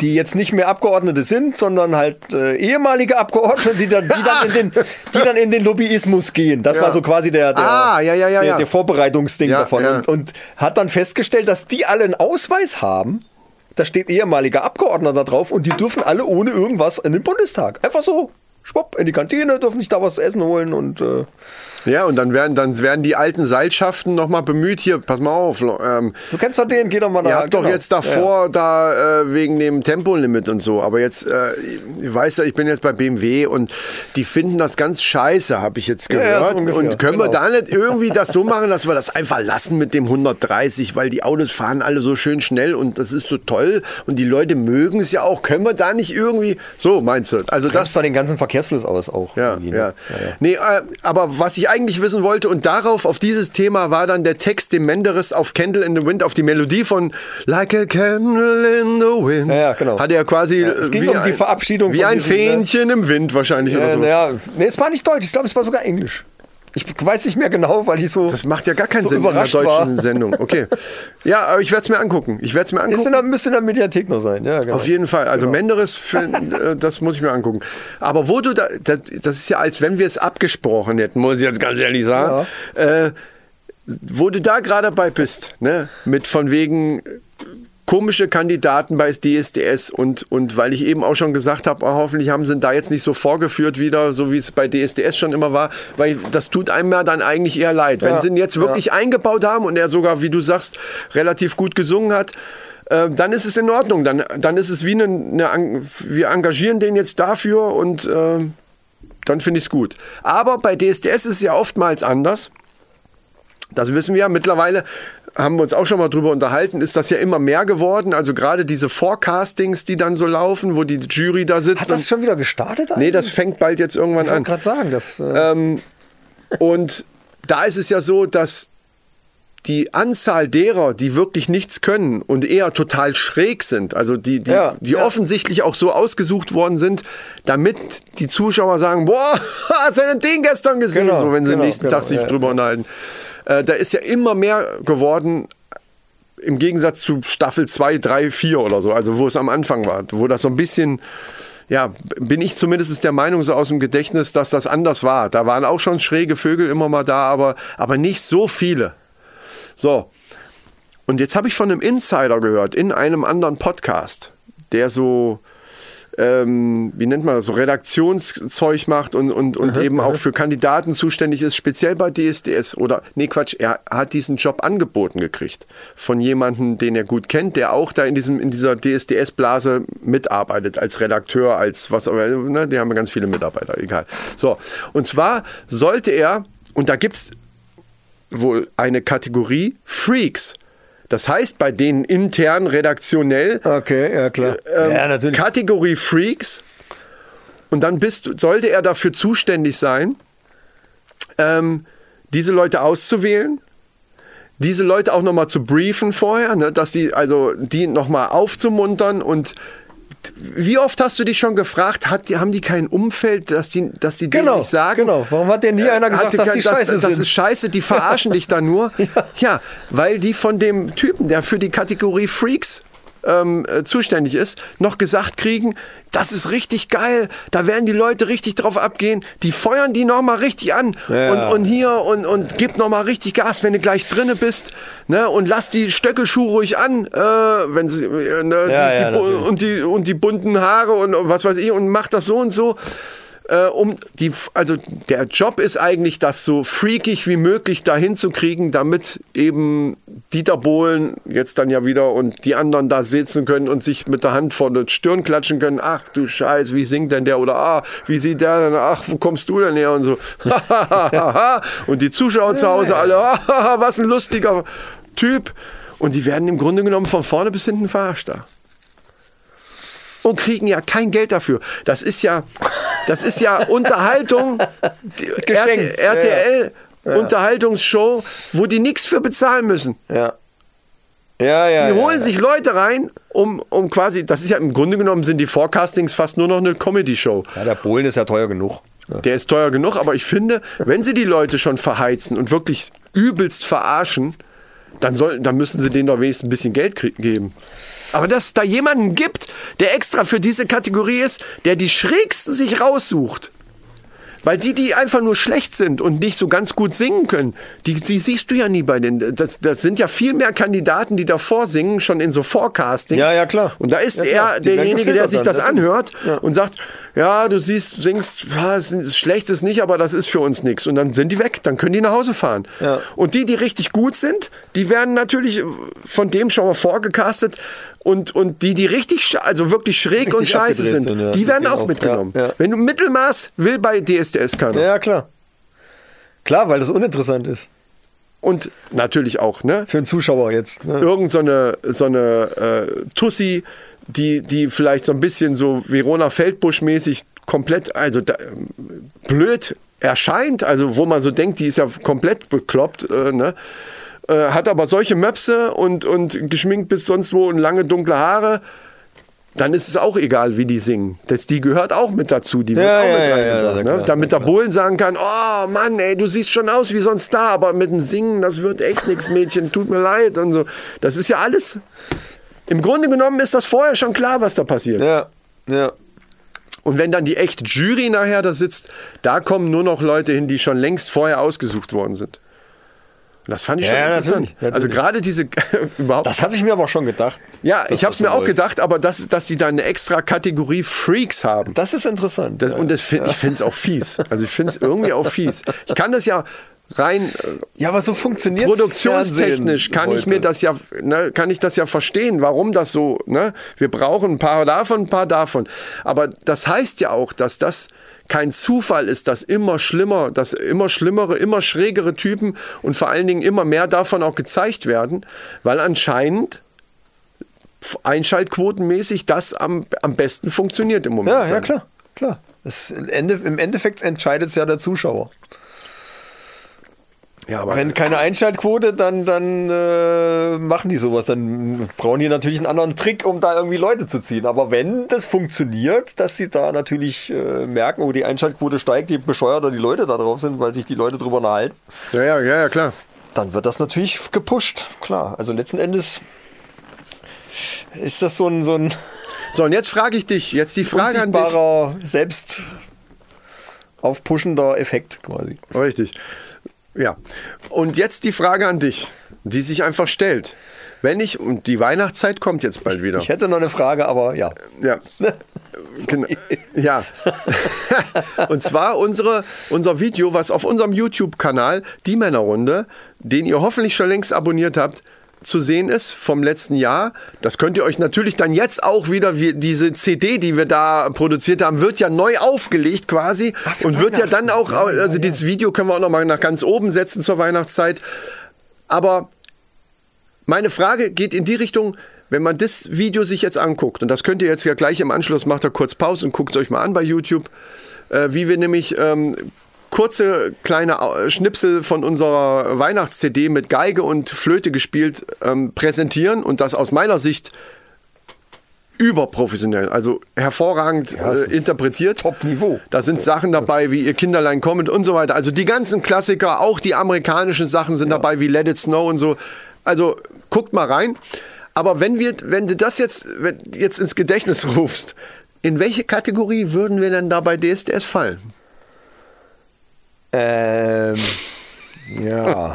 Die jetzt nicht mehr Abgeordnete sind, sondern halt äh, ehemalige Abgeordnete, die dann, die, dann in den, die dann in den Lobbyismus gehen. Das
Ja.
war so quasi der, der,
Ah, ja, ja, ja,
der,
ja.
der Vorbereitungsding
Ja,
davon.
ja.
Und, und hat dann festgestellt, dass die alle einen Ausweis haben. Da steht ehemaliger Abgeordneter drauf und die dürfen alle ohne irgendwas in den Bundestag. Einfach so. Schwupp, in die Kantine, dürfen sich da was zu essen holen und äh,
Ja, und dann werden, dann werden die alten Seilschaften nochmal bemüht. Hier, pass mal auf. Lo- Ähm,
du kennst doch den, geh doch mal
Ihr
nach-
habt doch
genau.
jetzt davor da äh, wegen dem Tempolimit und so, aber jetzt, äh, ich weiß ja, ich bin jetzt bei BMW und die finden das ganz scheiße, habe ich jetzt
ja,
gehört.
so ungefähr,
und können wir
genau.
da nicht irgendwie das so machen, dass wir das einfach lassen mit dem 130, weil die Autos fahren alle so schön schnell und das ist so toll und die Leute mögen es ja auch. Können wir da nicht irgendwie so, meinst du? Also
Das
das
ist doch den ganzen Verkehrsfluss aus auch.
ja,
irgendwie,
ja.
ne?
Nee, äh, aber was ich eigentlich wissen wollte und darauf, auf dieses Thema war dann der Text, dem Menderes auf Candle in the Wind, auf die Melodie von Like a Candle in the Wind.
Ja, ja, genau.
Hat er quasi
es
äh,
ging
wie
um die
ein,
Verabschiedung
Wie
von
ein
diesem, ne?
Fähnchen im Wind wahrscheinlich
Äh,
oder so.
naja, nee, es war nicht deutsch, ich glaube, es war sogar englisch. Ich weiß nicht mehr genau, weil ich so.
Das macht ja gar keinen
so
Sinn in einer
überrascht
deutschen
war.
Sendung. Okay. Ja, aber ich werde es mir angucken. Ich werde es mir
Ist in
angucken.
der, müsste in der Mediathek noch sein, ja, genau.
Auf jeden Fall. Also Menderes, für, äh, das muss ich mir angucken. Aber wo du da, das, das ist ja, als wenn wir es abgesprochen hätten, muss ich jetzt ganz ehrlich sagen. Äh, wo du da gerade bei bist, ne? mit von wegen komische Kandidaten bei DSDS und, und weil ich eben auch schon gesagt habe, oh, hoffentlich haben sie da jetzt nicht so vorgeführt wieder, so wie es bei DSDS schon immer war, weil das tut einem ja dann eigentlich eher leid. Wenn
Ja,
sie ihn jetzt wirklich eingebaut haben und er sogar, wie du sagst, relativ gut gesungen hat, äh, dann ist es in Ordnung. Dann, dann ist es wie eine, eine Eng- wir engagieren den jetzt dafür und äh, dann finde ich es gut. Aber bei DSDS ist es ja oftmals anders. Das wissen wir ja mittlerweile. Haben wir uns auch schon mal drüber unterhalten, ist das ja immer mehr geworden. Also gerade diese Forecastings, die dann so laufen, wo die Jury da sitzt.
Hat das
und,
schon wieder gestartet?
nee, das fängt bald jetzt irgendwann
Ich wollte
an.
gerade sagen, das. Äh,
Und da ist es ja so, dass die Anzahl derer, die wirklich nichts können und eher total schräg sind, also die, die,
Ja,
die
ja.
offensichtlich auch so ausgesucht worden sind, damit die Zuschauer sagen, boah, hast du denn den gestern gesehen?
Genau,
so, wenn sie
genau,
am nächsten
genau,
Tag sich
ja,
drüber unterhalten. Äh, da ist ja immer mehr geworden, im Gegensatz zu Staffel 2, 3, 4 oder so, also wo es am Anfang war, wo das so ein bisschen, ja, bin ich zumindest der Meinung so aus dem Gedächtnis, dass das anders war. Da waren auch schon schräge Vögel immer mal da, aber, aber nicht so viele. So. Und jetzt habe ich von einem Insider gehört, in einem anderen Podcast, der so, ähm, wie nennt man das, so Redaktionszeug macht und, und, und eben auch für Kandidaten zuständig ist, speziell bei DSDS. Oder, nee, Quatsch, er hat diesen Job angeboten gekriegt von jemandem, den er gut kennt, der auch da in, diesem, in dieser DSDS-Blase mitarbeitet, als Redakteur, als was, aber, ne, die haben ja ganz viele Mitarbeiter, egal. So, und zwar sollte er, und da gibt's wohl eine Kategorie Freaks. Das heißt, bei denen intern redaktionell
Okay, ja klar.
ähm,
ja, natürlich.
Kategorie Freaks. Und dann bist, du- sollte er dafür zuständig sein, ähm, diese Leute auszuwählen, diese Leute auch nochmal zu briefen vorher, ne, dass die, also die nochmal aufzumuntern und wie oft hast du dich schon gefragt, hat, die- haben die kein Umfeld, dass die, dass die denen
Genau,
nicht sagen?
genau. Warum hat denn nie
äh,
einer gesagt,
hatte
dass die
kein-
scheiße
das, das
sind?
ist scheiße, die verarschen dich da nur. Ja. weil die von dem Typen, der für die Kategorie Freaks ähm, äh, zuständig ist, noch gesagt kriegen, das ist richtig geil, da werden die Leute richtig drauf abgehen, die feuern die nochmal richtig an
Ja.
und, und hier und, und gib nochmal richtig Gas, wenn du gleich drinne bist ne? und lass die Stöckelschuhe ruhig an, äh, wenn sie, äh, ne,
Ja,
die,
ja,
die, Bu-
natürlich.
und, die, und die bunten Haare und was weiß ich und mach das so und so äh, um die, also der Job ist eigentlich, das so freakig wie möglich dahin zu kriegen, damit eben Dieter Bohlen jetzt dann ja wieder und die anderen da sitzen können und sich mit der Hand vor die Stirn klatschen können. Ach du Scheiß, wie singt denn der? Oder ah, wie sieht der denn? Ach, wo kommst du denn her? Und so. und die Zuschauer zu Hause alle, "Ah, was ein lustiger Typ. Und die werden im Grunde genommen von vorne bis hinten verarscht da und kriegen ja kein Geld dafür. Das ist ja, das ist ja Unterhaltung, die
Geschenkt,
RT, RTL Unterhaltungsshow, wo die nichts für bezahlen müssen.
ja. Ja, ja.
Die
ja,
holen
ja.
sich Leute rein, um, um quasi, das ist ja im Grunde genommen sind die Forecastings fast nur noch eine Comedy-Show.
Ja, der Polen ist ja teuer genug.
Der ist teuer genug, aber ich finde, wenn sie die Leute schon verheizen und wirklich übelst verarschen, dann, soll, dann müssen sie denen doch wenigstens ein bisschen Geld krie- geben. Aber dass es da jemanden gibt, der extra für diese Kategorie ist, der die Schrägsten sich raussucht. Weil die, die einfach nur schlecht sind und nicht so ganz gut singen können, die, die siehst du ja nie bei den. Das, das sind ja viel mehr Kandidaten, die davor singen, schon in so Forecastings.
Ja, ja, klar.
Und da ist
Ja, klar.
er
Die werden
derjenige, der
gefiltert
sich
dann,
das
das-
anhört und sagt, ja, du siehst, singst, ja, es ist schlecht ist nicht, aber das ist für uns nichts. Und dann sind die weg, dann können die nach Hause fahren.
Ja.
Und die, die richtig gut sind, die werden natürlich von dem schon mal vorgecastet. Und, und die, die richtig, sche- also wirklich schräg und scheiße
abgedreht
sind,
sind, ja.
die werden
Die
auch
auch,
mitgenommen.
ja, ja.
Wenn du Mittelmaß will bei DSDS kann.
Ja, ja, klar. Klar, weil das uninteressant ist.
Und natürlich auch, ne?
Für einen Zuschauer jetzt. Ne?
irgend so eine, so eine äh, Tussi, die, die vielleicht so ein bisschen so Verona Feldbusch-mäßig komplett, also da, ähm, blöd erscheint, also wo man so denkt, die ist ja komplett bekloppt, äh, ne? Äh, hat aber solche Möpse und, und geschminkt bis sonst wo und lange dunkle Haare, dann ist es auch egal, wie die singen. Das, die gehört auch mit dazu, die wird
Ja,
auch
ja,
mit
ja,
reingebracht.
ja,
ne?
klar,
Damit der Bohlen sagen kann, oh Mann, ey, du siehst schon aus wie so ein Star, aber mit dem Singen, das wird echt nichts, Mädchen, tut mir leid und so. Das ist ja alles. Im Grunde genommen ist das vorher schon klar, was da passiert.
Ja, ja.
Und wenn dann die echte Jury nachher da sitzt, da kommen nur noch Leute hin, die schon längst vorher ausgesucht worden sind. Und das fand ich
Ja,
schon
ja,
interessant.
natürlich, natürlich.
Also gerade diese überhaupt
Das habe ich mir aber auch schon gedacht.
ja,
dass
ich habe es
das
mir
so
auch
läuft.
gedacht, aber das, dass die da eine extra Kategorie Freaks haben.
Das ist interessant.
Das,
ja.
und das find, ich finde es auch fies. Also ich finde es irgendwie auch fies. Ich kann das ja rein äh,
ja, aber so funktioniert
produktionstechnisch
Fernsehen
kann ich
heute.
mir das ja ne, kann ich das ja verstehen, warum das so. Ne? Wir brauchen ein paar davon, ein paar davon. Aber das heißt ja auch, dass das kein Zufall ist, dass immer schlimmer, dass immer schlimmere, immer schrägere Typen und vor allen Dingen immer mehr davon auch gezeigt werden, weil anscheinend einschaltquotenmäßig das am, am besten funktioniert im Moment.
Ja, ja,
dann.
klar. klar. Das Ende, Im Endeffekt entscheidet es ja der Zuschauer.
Ja, aber
Wenn keine Einschaltquote, dann, dann äh, machen die sowas. Dann brauchen die natürlich einen anderen Trick, um da irgendwie Leute zu ziehen. Aber wenn das funktioniert, dass sie da natürlich äh, merken, oh, die Einschaltquote steigt, je bescheuerter die Leute da drauf sind, weil sich die Leute drüber unterhalten,
Ja, ja, ja, ja, klar.
dann wird das natürlich gepusht. Klar. Also letzten Endes ist das so ein, so ein
So, und jetzt frage ich dich, jetzt die Frage an dich.
unsichtbarer, selbst aufpuschender Effekt quasi.
Richtig. Ja. Und jetzt die Frage an dich, die sich einfach stellt. Wenn ich, und die Weihnachtszeit kommt jetzt bald wieder.
Ich hätte noch eine Frage, aber ja.
Ja. Genau. Ja. Und zwar unsere, unser Video, was auf unserem YouTube-Kanal, die Männerrunde, den ihr hoffentlich schon längst abonniert habt, zu sehen ist vom letzten Jahr. Das könnt ihr euch natürlich dann jetzt auch wieder, wie, diese CD, die wir da produziert haben, wird ja neu aufgelegt quasi und wird ja dann auch, also dieses Video können wir auch nochmal nach ganz oben setzen zur Weihnachtszeit. Aber Meine Frage geht in die Richtung, wenn man das Video sich jetzt anguckt, und das könnt ihr jetzt ja gleich im Anschluss, macht da kurz Pause und guckt es euch mal an bei YouTube, äh, wie wir nämlich ähm, kurze kleine Au- Schnipsel von unserer Weihnachts-CD mit Geige und Flöte gespielt ähm, präsentieren und das aus meiner Sicht überprofessionell, also hervorragend
es ist
äh, interpretiert.
Top-Niveau.
Da sind Sachen dabei wie Ihr Kinderlein kommt und so weiter. Also die ganzen Klassiker, auch die amerikanischen Sachen sind dabei wie Let It Snow und so. Also guckt mal rein. Aber wenn wir, wenn du das jetzt, wenn, du jetzt ins Gedächtnis rufst, in welche Kategorie würden wir denn da bei DSDS fallen?
Ähm, ja.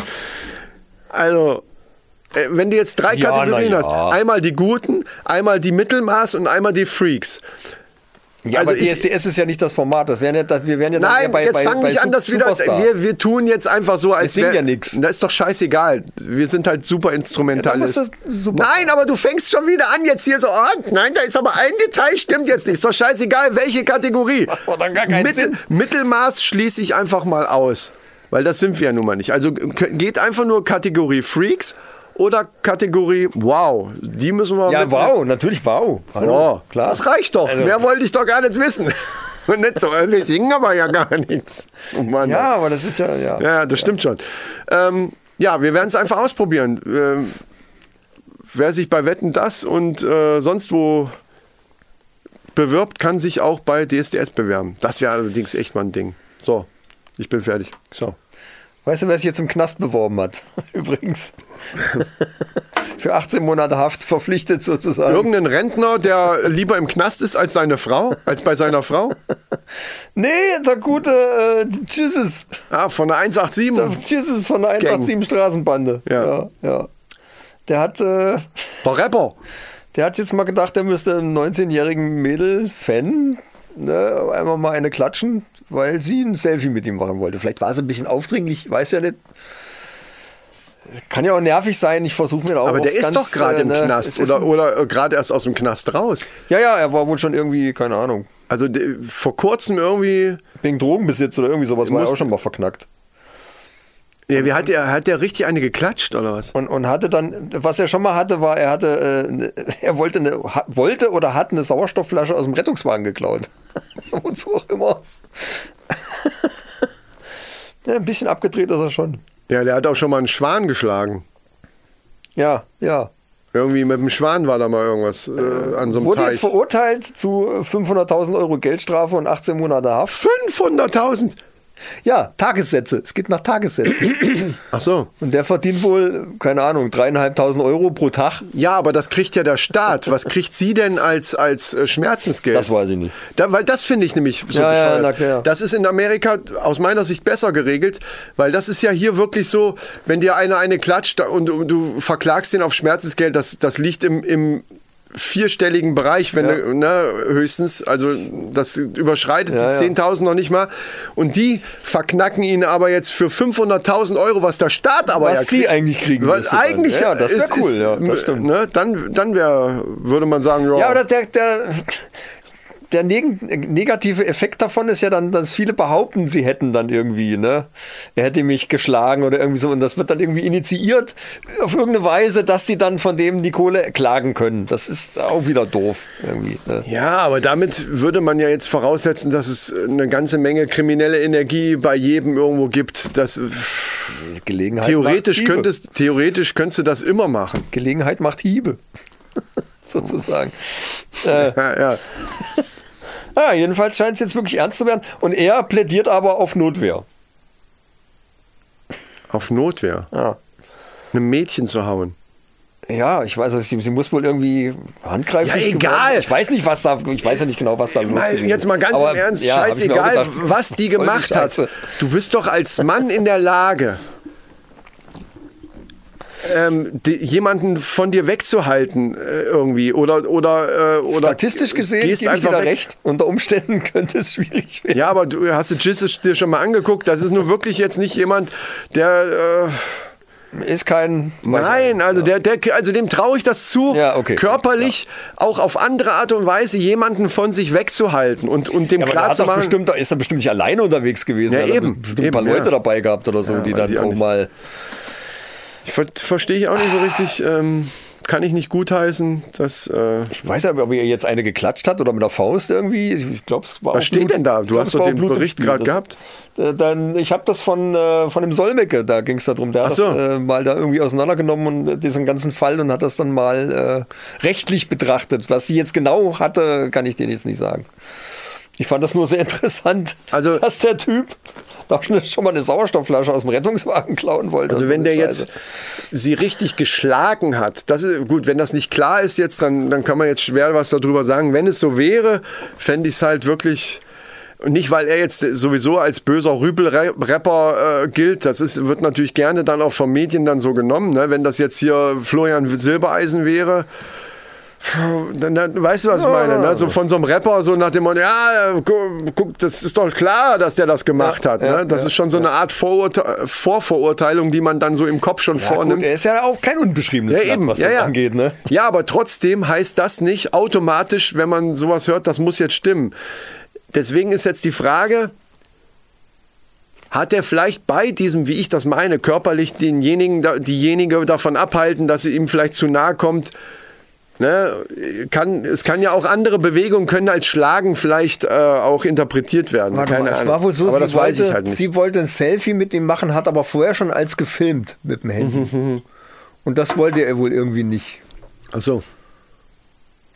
Also, äh, wenn du jetzt drei
Ja,
Kategorien
na ja.
hast, einmal die Guten, einmal die Mittelmaß und einmal die Freaks.
Ja,
Also
aber
ich-
DSDS ist ja nicht das Format. Das wären ja, das, wir wären ja dann eher
Nein,
bei,
jetzt
bei,
fang
bei
nicht an,
Sup-
dass wieder.
Superstar.
Wir, wir tun jetzt einfach so, als
singen
wär-
ja nix.
Das ist doch scheißegal. Wir sind halt super Instrumentalist.
Ja, dann muss das Superstar.
nein, aber du fängst schon wieder an, jetzt hier so. Oh, nein, da ist aber ein Detail, stimmt jetzt nicht. Ist doch scheißegal, welche Kategorie.
Macht doch dann gar keinen Sinn.
Mittelmaß schließe ich einfach mal aus. Weil das sind wir ja nun mal nicht. Also k- geht einfach nur Kategorie Freaks oder Kategorie Wow. Die müssen wir.
ja,
mit-
wow, natürlich wow.
so,
klar.
Das reicht doch.
Also-
Mehr wollte ich doch gar nicht wissen. Und nicht so, äh, wir singen aber ja gar nichts. Oh Mann.
Ja, aber das ist ja, ja.
ja, das stimmt schon. Ähm, ja, wir werden es einfach ausprobieren. Ähm, wer sich bei Wetten das und äh, sonst wo bewirbt, kann sich auch bei DSDS bewerben. Das wäre allerdings echt mal ein Ding. So, ich bin fertig.
So. Weißt du, wer sich jetzt im Knast beworben hat? Übrigens. Für 18 Monate Haft verpflichtet sozusagen.
Irgendein Rentner, der lieber im Knast ist als seine Frau, als bei seiner Frau.
nee, der gute äh, Jesus.
Ah, von der 187.
Der Jesus von der 187 Straßenbande.
Ja.
ja. ja. Der hat, äh,
Der Rapper.
der hat jetzt mal gedacht, der müsste einem 19-jährigen Mädel Fan ne, einmal mal eine klatschen, weil sie ein Selfie mit ihm machen wollte. Vielleicht war sie ein bisschen aufdringlich, weiß ja nicht. Kann ja auch nervig sein. Ich versuche mir da auch.
Aber der
oft
ist
ganz,
doch gerade
äh,
im
ne,
Knast
es ist
oder, oder äh, gerade erst aus dem Knast raus.
Ja, ja, er war wohl schon irgendwie, keine Ahnung,
Also de, vor kurzem irgendwie,
wegen Drogenbesitz oder irgendwie sowas war er
Muss-
auch schon mal verknackt.
ja, wie hat der, hat der richtig eine geklatscht oder was?
Und, und hatte dann, was er schon mal hatte, war, er hatte, äh, ne- er wollte, eine, ha, wollte oder hat eine Sauerstoffflasche aus dem Rettungswagen geklaut. Wozu auch immer. ja, ein bisschen abgedreht ist er schon.
Ja, der hat auch schon mal einen Schwan geschlagen.
Ja, ja.
Irgendwie mit dem Schwan war da mal irgendwas äh, an so einem
Wurde
Teich.
jetzt verurteilt zu 500.000 Euro Geldstrafe und 18 Monate Haft.
500.000!
Ja, Tagessätze. Es geht nach Tagessätzen.
Ach so.
und der verdient wohl, keine Ahnung, dreieinhalbtausend Euro pro Tag.
Ja, aber das kriegt ja der Staat. Was kriegt sie denn als, als äh, Schmerzensgeld?
Das weiß ich nicht.
Da, weil das finde ich nämlich so
Ja, ja,
bescheuert.
na klar.
Das ist in Amerika aus meiner Sicht besser geregelt, weil das ist ja hier wirklich so, wenn dir einer eine klatscht und, und du verklagst ihn auf Schmerzensgeld, das, das liegt im, im vierstelligen Bereich, wenn du, ne, höchstens, also das überschreitet
Ja, ja.
die 10.000 noch nicht mal und die verknacken ihn aber jetzt für 500.000 Euro, was der Staat aber
Was
ja
sie eigentlich kriegen
Was
müsste dann.
eigentlich
Ja, das wär
ist-
cool,
ist-
ja, das stimmt.
Ne, dann dann wäre, würde man sagen,
Ja, oder der, der, der neg negative Effekt davon ist ja dann, dass viele behaupten, sie hätten dann irgendwie, ne? Er hätte mich geschlagen oder irgendwie so. Und das wird dann irgendwie initiiert auf irgendeine Weise, dass die dann von dem die Kohle klagen können. Das ist auch wieder doof irgendwie. Ne?
Ja, aber damit würde man ja jetzt voraussetzen, dass es eine ganze Menge kriminelle Energie bei jedem irgendwo gibt. Das,
Gelegenheit
theoretisch,
macht Hiebe.
könntest, theoretisch könntest du das immer machen.
Gelegenheit macht Hiebe. Sozusagen. äh,
Ja, ja.
ja, Ah, jedenfalls scheint es jetzt wirklich ernst zu werden. Und er plädiert aber auf Notwehr.
Auf Notwehr.
Ja.
Einem Mädchen zu hauen.
Ja, ich weiß, nicht, sie, sie muss wohl irgendwie handgreiflich. geworden
Ja, egal.
sein. Ich weiß nicht, was da, ich weiß ja nicht genau, was da los
Mal,
gewesen
jetzt mal ganz
Aber,
im Ernst,
ja, hab ich mir auch
scheißegal,
gedacht,
was die
soll
gemacht hat.
Scheiße?
Du bist doch als Mann in der Lage, ähm, die, jemanden von dir wegzuhalten äh, irgendwie oder oder äh, oder
Statistisch gesehen
gehst
gebe ich dir
einfach
da
weg.
recht. Unter Umständen könnte es schwierig werden.
Ja, aber du hast du Jesus dir schon mal angeguckt. Das ist nur wirklich jetzt nicht jemand, der. Äh,
Ist kein.
nein, also der, der, also dem traue ich das zu,
Ja, okay.
körperlich auch auf andere Art und Weise jemanden von sich wegzuhalten und und dem
Ja, aber der
klar
hat
zu
doch
machen.
bestimmt, da ist er bestimmt nicht alleine unterwegs gewesen.
Ja,
Da hat er
eben,
Bestimmt ein paar
eben,
Leute
ja.
dabei gehabt oder so, die
weiß
dann
ich auch
auch
nicht.
mal.
Ich ver verstehe ich auch nicht so richtig. Ähm, kann ich nicht gutheißen, dass. Äh,
Ich weiß aber, ob ihr jetzt eine geklatscht hat oder mit der Faust irgendwie. Ich glaube, es war
Was
auch
steht denn da? Du
ich glaub,
hast
es
doch
war auch
den
Blut im
Bericht
Spiel.
gerade
Das-
gehabt.
Äh, Dann, ich habe das von, äh, von dem Solmecke, da ging es darum, der
Ach
hat
so.
das äh, mal da irgendwie auseinandergenommen und äh, diesen ganzen Fall und hat das dann mal äh, rechtlich betrachtet. Was sie jetzt genau hatte, kann ich dir jetzt nicht sagen. Ich fand das nur sehr interessant,
Also-
dass der Typ da schon schon mal eine Sauerstoffflasche aus dem Rettungswagen klauen wollte.
Also
Und
wenn
so
der
eine
jetzt
Scheiße.
sie richtig geschlagen hat, das ist gut, wenn das nicht klar ist jetzt, dann, dann kann man jetzt schwer was darüber sagen. Wenn es so wäre, fände ich es halt wirklich. und Nicht, weil er jetzt sowieso als böser Rübel-Rapper äh, gilt. Das ist, wird natürlich gerne dann auch vom Medien dann so genommen. Ne? Wenn das jetzt hier Florian Silbereisen wäre, dann, dann weißt du, was ich meine. Ne? So von so einem Rapper, so nach dem Motto, ja, gu- guck, das ist doch klar, dass der das gemacht hat. Ne? das ist schon so eine Art Vorurte Vorverurteilung, die man dann so im Kopf schon
Ja, gut,
vornimmt.
er ist ja auch kein unbeschriebenes Blatt, was das angeht, ne?
Ja, aber trotzdem heißt das nicht automatisch, wenn man sowas hört, das muss jetzt stimmen. Deswegen ist jetzt die Frage, hat er vielleicht bei diesem, wie ich das meine, körperlich denjenigen, da- diejenige davon abhalten, dass sie ihm vielleicht zu nahe kommt? Ne? Kann, es kann ja auch andere Bewegungen können als Schlagen vielleicht äh, auch interpretiert werden.
Warte
Keine
mal, es
Ahnung.
war wohl so,
aber
sie,
das
wollte,
weiß ich halt nicht.
sie wollte ein Selfie mit ihm machen, hat aber vorher schon als gefilmt mit dem
Mhm,
Handy. Und das wollte er wohl irgendwie nicht.
Ach so.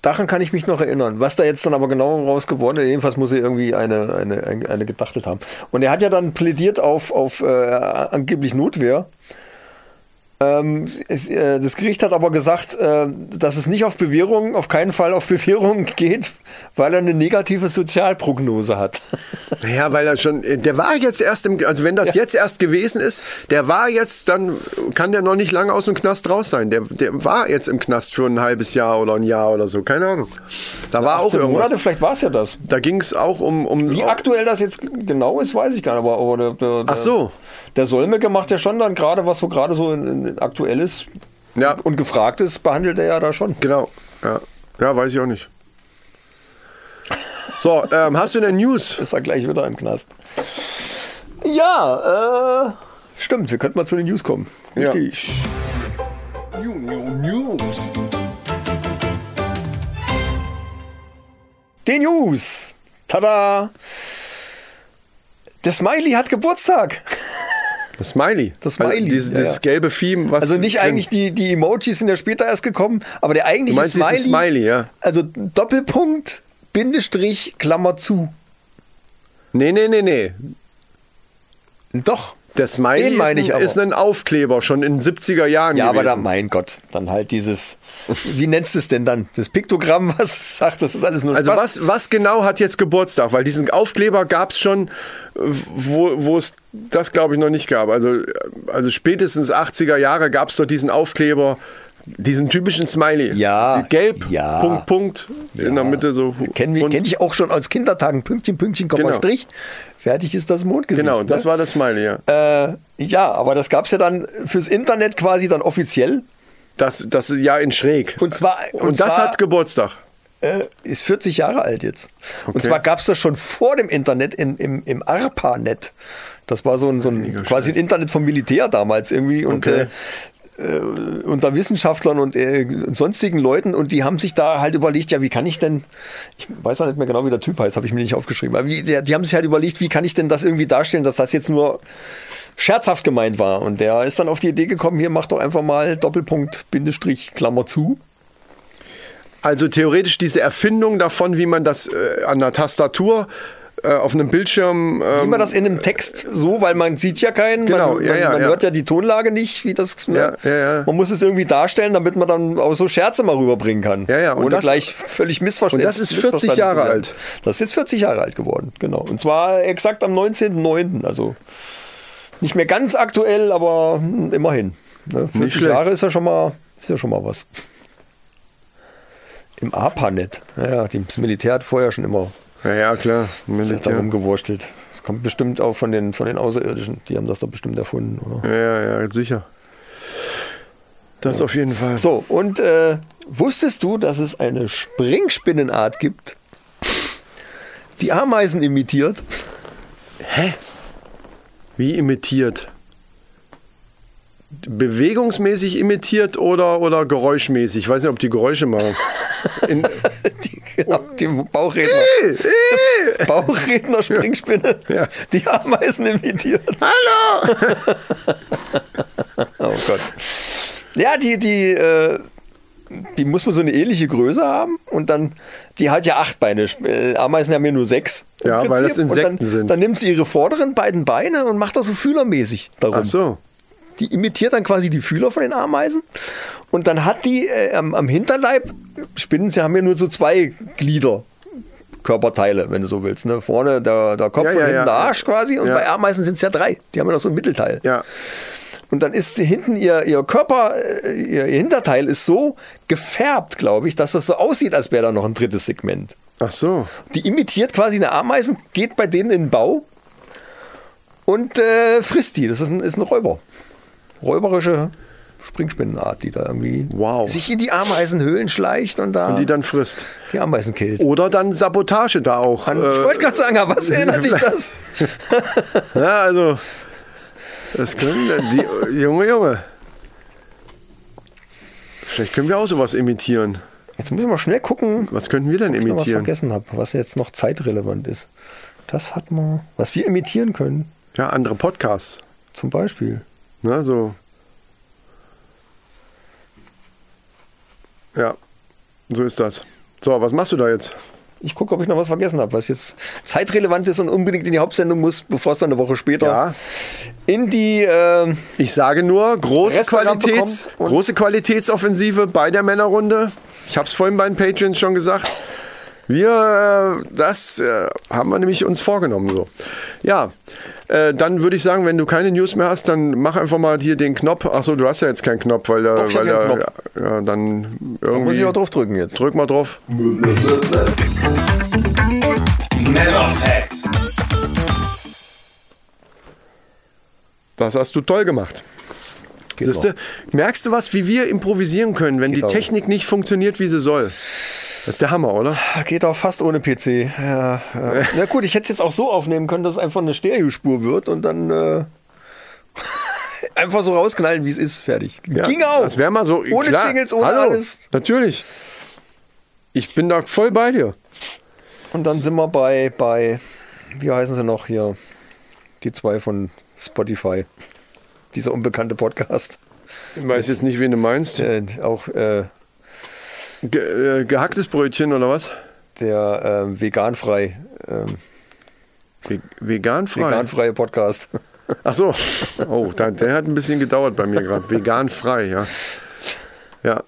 Daran kann ich mich noch erinnern. Was da jetzt dann aber genau raus geworden ist, jedenfalls muss er irgendwie eine, eine, eine, eine gedachtet haben. Und er hat ja dann plädiert auf, auf äh, angeblich Notwehr. Ähm, es, äh, das Gericht hat aber gesagt, äh, dass es nicht auf Bewährung, auf keinen Fall auf Bewährung geht, weil er eine negative Sozialprognose hat.
Ja, weil er schon, äh, der war jetzt erst im, also wenn das jetzt erst gewesen ist, der war jetzt, dann kann der noch nicht lange aus dem Knast raus sein. Der, der war jetzt im Knast für ein halbes Jahr oder ein Jahr oder so, keine Ahnung. Da war auch
18
irgendwas.
Monate, vielleicht war es ja das.
Da ging es auch um, um
Wie aktuell das jetzt genau ist, weiß ich gar nicht. Aber, aber der, der,
Ach so.
Der Solmecke macht ja schon dann gerade, was so gerade so in, in aktuell ist
Ja.
und gefragt ist, behandelt er ja da schon.
Genau, ja. Ja, weiß ich auch nicht. So, ähm, hast du denn News?
Ist er gleich wieder im Knast. Ja, äh, stimmt. Wir könnten mal zu den News kommen.
Ja.
Richtig.
News.
Den News. Tada. Der Smiley hat Geburtstag.
Das Smiley.
Das Smiley,
Also dieses,
ja, ja.
dieses gelbe Vieh, was.
Also nicht eigentlich die, die Emojis sind ja später erst gekommen, aber der eigentliche
meinst diesen
Smiley.
Smiley, ja.
Also Doppelpunkt, Bindestrich, Klammer zu.
Nee, nee, nee, nee.
Doch.
Der Smiley
Den meine
ist,
ich
ein,
aber.
ist ein Aufkleber, schon in den 70er Jahren.
Ja, aber da,
gewesen.
mein Gott, dann halt dieses, wie nennst du es denn dann? Das Piktogramm, was sagt, das ist alles nur
Also
Spaß.
was, was genau hat jetzt Geburtstag? Weil diesen Aufkleber gab es schon, äh, wo wo es das, glaube ich, noch nicht gab. Also, äh, also spätestens 80er Jahre gab es doch diesen Aufkleber, diesen typischen Smiley.
Ja,
Die Gelb,
ja.
Punkt, Punkt, in der Mitte so.
Kennen wir,
Und-
kenne ich auch schon aus Kindertagen, Pünktchen, Pünktchen, Komma,
Genau.
Strich. Fertig ist das Mondgesicht.
Genau, das war das Smiley, ja.
war... Äh, ja, aber das gab es ja dann fürs Internet quasi dann offiziell.
Das, das ist ja in schräg.
Und zwar...
Und, das
zwar,
hat Geburtstag.
äh, ist 40 Jahre alt jetzt. Und
Okay.
zwar gab es das schon vor dem Internet im, im, im ARPANET. Das war so ein, so ein quasi ein Internet vom Militär damals irgendwie und
Okay.
äh, äh, unter Wissenschaftlern und äh, sonstigen Leuten und die haben sich da halt überlegt, ja, wie kann ich denn, ich weiß ja nicht mehr genau, wie der Typ heißt, habe ich mir nicht aufgeschrieben, aber wie, die, die haben sich halt überlegt, wie kann ich denn das irgendwie darstellen, dass das jetzt nur scherzhaft gemeint war. Und der ist dann auf die Idee gekommen, hier mach doch einfach mal Doppelpunkt, Bindestrich, Klammer zu.
Also theoretisch diese Erfindung davon, wie man das äh, an der Tastatur äh, auf einem Bildschirm ähm,
immer das in einem Text so, weil man sieht ja keinen,
Genau,
man,
ja, ja,
man, man
ja.
hört ja die Tonlage nicht, wie das. ne?
Ja, ja, ja.
Man muss es irgendwie darstellen, damit man dann auch so Scherze mal rüberbringen kann.
Ja, ja, und
ohne
das-
gleich völlig missverständlich.
und das ist 40
missverstanden
Jahre
zu werden.
alt.
Das ist jetzt 40 Jahre alt geworden, genau. Und zwar exakt am 19.09. Also nicht mehr ganz aktuell, aber hm, immerhin. Ne? 40
schlecht.
Jahre ist ja schon mal, ist ja schon mal was. Im ARPANET. Naja, das Militär hat vorher schon immer
Ja, ja, klar.
sich da
Militär.
rumgewurstelt. Das kommt bestimmt auch von den, von den Außerirdischen. Die haben das doch bestimmt erfunden, oder?
Ja, ja, ja, sicher. Das auf jeden Fall.
So, und äh, wusstest du, dass es eine Springspinnenart gibt, die Ameisen imitiert?
Wie imitiert? bewegungsmäßig imitiert oder, oder geräuschmäßig. Ich weiß nicht, ob die Geräusche machen. In,
Die, genau, die Bauchredner.
Äh,
Bauchredner Springspinne.
Ja.
Die Ameisen imitiert.
Hallo!
Oh Gott. Ja, die, die, äh, die muss man so eine ähnliche Größe haben und dann, die hat ja acht Beine. Sp- äh, Ameisen haben ja nur sechs. im
Ja, weil das
Prinzip. Und
Insekten
dann,
sind.
Dann nimmt sie ihre vorderen beiden Beine und macht das so fühlermäßig darum.
Ach so.
die imitiert dann quasi die Fühler von den Ameisen und dann hat die äh, am, am Hinterleib, Spinnen sie haben ja nur so zwei Glieder. Körperteile, wenn du so willst. Ne? Vorne der, der Kopf
Ja,
und
ja,
hinten
ja.
der Arsch quasi. Und
Ja.
bei Ameisen sind es ja drei. Die haben ja noch so ein Mittelteil.
Ja.
Und dann ist hinten ihr, ihr Körper, äh, ihr, ihr Hinterteil ist so gefärbt, glaube ich, dass das so aussieht, als wäre da noch ein drittes Segment.
Ach so.
Die imitiert quasi eine Ameisen, geht bei denen in den Bau und äh, frisst die. Das ist ein, ist ein Räuber. Räuberische Springspinnenart, die da irgendwie
Wow.
sich in die Ameisenhöhlen schleicht und da
Die
die,
dann frisst.
Ameisen killt.
Oder dann Sabotage da auch.
An-
Äh,
ich wollte gerade sagen, an was erinnert dich das?
Ja, also. Das können die. Junge, Junge. Vielleicht können wir auch sowas imitieren.
Jetzt müssen wir schnell gucken,
Was könnten wir denn
ob ich noch was
imitieren?
vergessen habe, was jetzt noch zeitrelevant ist. Das hat man, was wir imitieren können,
Ja, andere Podcasts.
zum Beispiel.
Ne, so. Ja, so ist das. So, was machst du da jetzt?
Ich gucke, ob ich noch was vergessen habe, was jetzt zeitrelevant ist und unbedingt in die Hauptsendung muss, bevor es dann eine Woche später
Ja.
in die äh,
Ich sage nur, große,
Restaurant
Qualitäts,
bekommt und-
große Qualitätsoffensive bei der Männerrunde. Ich habe es vorhin bei den Patreons schon gesagt. Wir, äh, das äh, haben wir nämlich uns vorgenommen so. Ja, äh, dann würde ich sagen, wenn du keine News mehr hast, dann mach einfach mal hier den Knopf. Achso, du hast ja jetzt keinen Knopf, weil da,
Doch, ich hab
weil
ja
da,
einen
ja, ja, dann irgendwie.
Muss ich auch drauf drücken jetzt.
Drück mal drauf.
Männer Facts.
Das hast du toll gemacht. Siehste, merkst du was, wie wir improvisieren können, wenn die
auch.
Technik nicht funktioniert, wie sie soll? Das ist der Hammer, oder?
Geht auch fast ohne PC. Ja, ja. Na gut, ich hätte es jetzt auch so aufnehmen können, dass es einfach eine Stereospur wird und dann äh, einfach so rausknallen, wie es ist. Fertig.
Ja,
Ging auch.
Das wäre mal so.
Ohne
klar.
Jingles, ohne
Hallo,
alles.
Natürlich. Ich bin da voll bei dir.
Und dann sind wir bei, bei, wie heißen sie noch hier? Die zwei von Spotify. Dieser unbekannte Podcast.
Ich weiß jetzt nicht, wen du meinst.
Äh, auch äh,
Ge äh, gehacktes Brötchen oder was?
der äh, veganfrei, äh,
Ve veganfrei.
veganfreie Podcast.
Ach so. Oh, der, der hat ein bisschen gedauert bei mir gerade. Veganfrei, ja. Ja.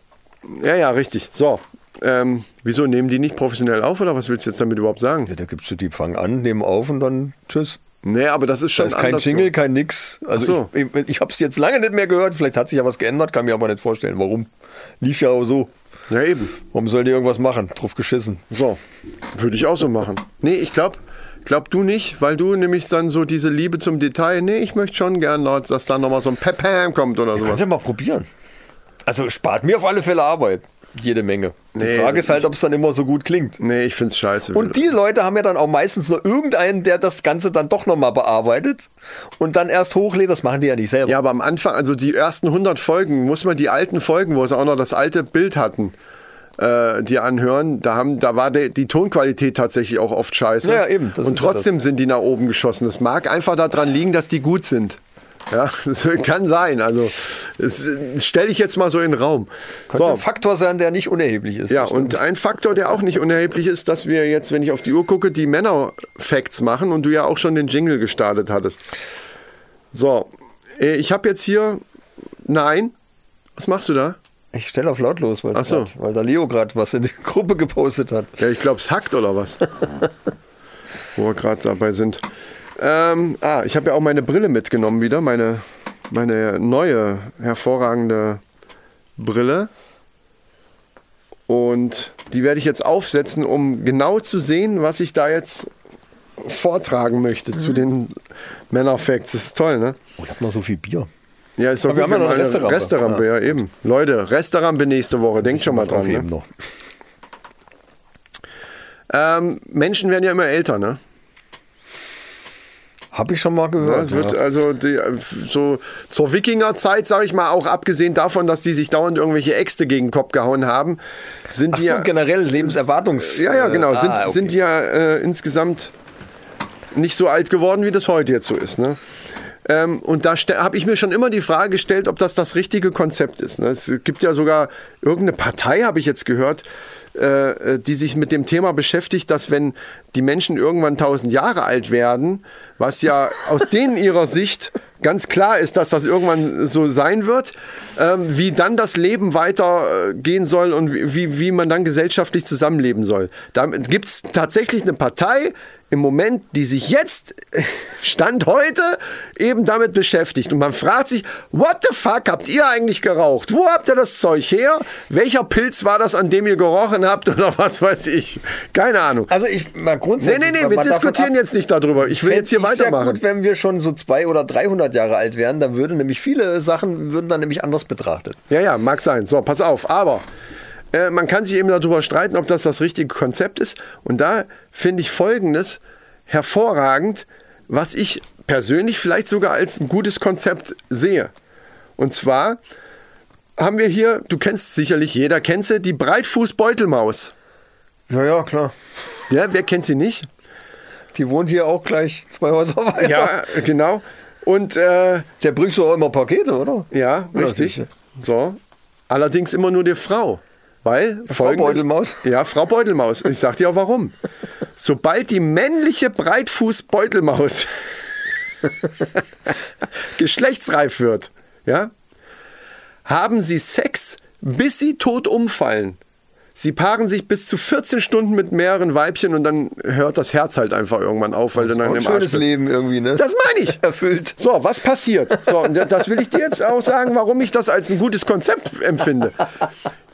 Ja, ja, richtig. So. Ähm, wieso nehmen die nicht professionell auf oder was willst du jetzt damit überhaupt sagen?
Ja, da gibst du die Fang an, nehmen auf und dann tschüss.
Nee, aber das ist
Da
schon
ist kein
anders.
Jingle, kein nix. Also
Ach so.
ich, ich, ich habe es jetzt lange nicht mehr gehört. Vielleicht hat sich ja was geändert, kann mir aber nicht vorstellen. Warum? Lief ja auch so.
Ja, eben.
Warum soll die irgendwas machen? Drauf geschissen.
So, würde ich auch so machen. Nee, ich glaube, glaub du nicht, weil du nämlich dann so diese Liebe zum Detail, nee, ich möchte schon gern, dass da nochmal so ein Pepam kommt oder
Kannst
sowas.
ja mal probieren. Also spart mir auf alle Fälle Arbeit. Jede Menge. Die
Nee,
Frage
das
ist halt, ob es dann immer so gut klingt.
Nee, ich find's scheiße.
Und die Leute haben ja dann auch meistens noch irgendeinen, der das Ganze dann doch nochmal bearbeitet und dann erst hochlädt. Das machen die ja nicht selber.
ja, aber am Anfang, also die ersten 100 Folgen, muss man die alten Folgen, wo sie auch noch das alte Bild hatten, äh, dir anhören. Da, haben, da war de, die Tonqualität tatsächlich auch oft scheiße.
Ja, eben, das
Und
ist ja
trotzdem sind die nach oben geschossen. Das mag einfach daran liegen, dass die gut sind. Ja, das kann sein. Also, das stelle ich jetzt mal so in den Raum.
Könnte
so.
ein Faktor sein, der nicht unerheblich ist.
Ja, und ein Faktor, der auch nicht unerheblich ist, dass wir jetzt, wenn ich auf die Uhr gucke, die Männer-Facts machen und du ja auch schon den Jingle gestartet hattest. So, äh, ich habe jetzt hier. Nein. Was machst du da?
ich stelle auf lautlos, weil's
Ach so.
grad, weil da Leo gerade was in die Gruppe gepostet hat.
Ja, ich glaube, es hackt oder was? Wo wir gerade dabei sind. Ähm, ah, ich habe ja auch meine Brille mitgenommen wieder, meine, meine neue, hervorragende Brille. Und die werde ich jetzt aufsetzen, um genau zu sehen, was ich da jetzt vortragen möchte zu den Männerfacts. Das ist toll, ne?
Oh, ich hab noch so viel Bier.
Ja, ist doch
Aber Ah, wir
gut,
haben ja noch eine Restaurante.
Restaurant, ja. eben. Leute, Restaurant nächste Woche, denkt schon mal dran. Ne?
noch.
Ähm, Menschen werden ja immer älter, ne?
Habe ich schon mal
Ja,
gehört.
es wird
ja.
also die, äh, so zur Wikingerzeit, sage ich mal, auch abgesehen davon, dass die sich dauernd irgendwelche Äxte gegen den Kopf gehauen haben, sind
Ach
die
so, genau,
ja,
generell Lebenserwartungs...
ja, ja genau,
äh,
sind,
ah, okay.
sind die ja äh, insgesamt nicht so alt geworden, wie das heute jetzt so ist. Ne? Ähm, und da habe ich mir schon immer die Frage gestellt, ob das das richtige Konzept ist. Ne? Es gibt ja sogar irgendeine Partei, habe ich jetzt gehört, äh, äh, die sich mit dem Thema beschäftigt, dass wenn die Menschen irgendwann 1000 Jahre alt werden, was ja aus denen ihrer Sicht ganz klar ist, dass das irgendwann so sein wird, ähm, wie dann das Leben weitergehen soll und wie, wie- wie man dann gesellschaftlich zusammenleben soll. Da gibt es tatsächlich eine Partei, im Moment, die sich jetzt, Stand heute, eben damit beschäftigt. Und man fragt sich, what the fuck habt ihr eigentlich geraucht? Wo habt ihr das Zeug her? Welcher Pilz war das, an dem ihr gerochen habt oder was weiß ich? Keine Ahnung.
Also ich, mal
Nee,
grundsätzlich...
nee, nee,
wenn
wir
man davon
diskutieren
ab-
jetzt nicht darüber. Ich will
Fänd
jetzt hier
ich's Ja
weitermachen.
gut, wenn wir schon so 200 oder 300 Jahre alt wären, dann würden nämlich viele Sachen würden dann nämlich anders betrachtet.
Ja, ja, mag sein. So, pass auf. Aber äh, man kann sich eben darüber streiten, ob das das richtige Konzept ist. Und da finde ich Folgendes hervorragend, was ich persönlich vielleicht sogar als ein gutes Konzept sehe. Und zwar haben wir hier, du kennst sicherlich, jeder kennt sie, die Breitfußbeutelmaus.
Ja, ja, klar.
Ja, wer kennt sie nicht?
Die wohnt hier auch gleich zwei Häuser weiter.
Ja, genau. Und äh,
Der bringt so auch immer Pakete, oder?
Ja,
Oder
richtig.
nicht?
So. Allerdings immer nur die Frau. Weil folgendes-
Beutelmaus?
Ja, Frau Beutelmaus. Ich sag dir auch warum. Sobald die männliche Breitfuß-Beutelmaus geschlechtsreif wird, ja, haben sie Sex, bis sie tot umfallen. Sie paaren sich bis zu 14 Stunden mit mehreren Weibchen und dann hört das Herz halt einfach irgendwann auf, weil du dann
Auch
im
Ein
Arsch
schönes
bist.
Leben irgendwie, ne?
Das meine ich.
Erfüllt.
So, was passiert? So, und das will ich dir jetzt auch sagen, warum ich das als ein gutes Konzept empfinde.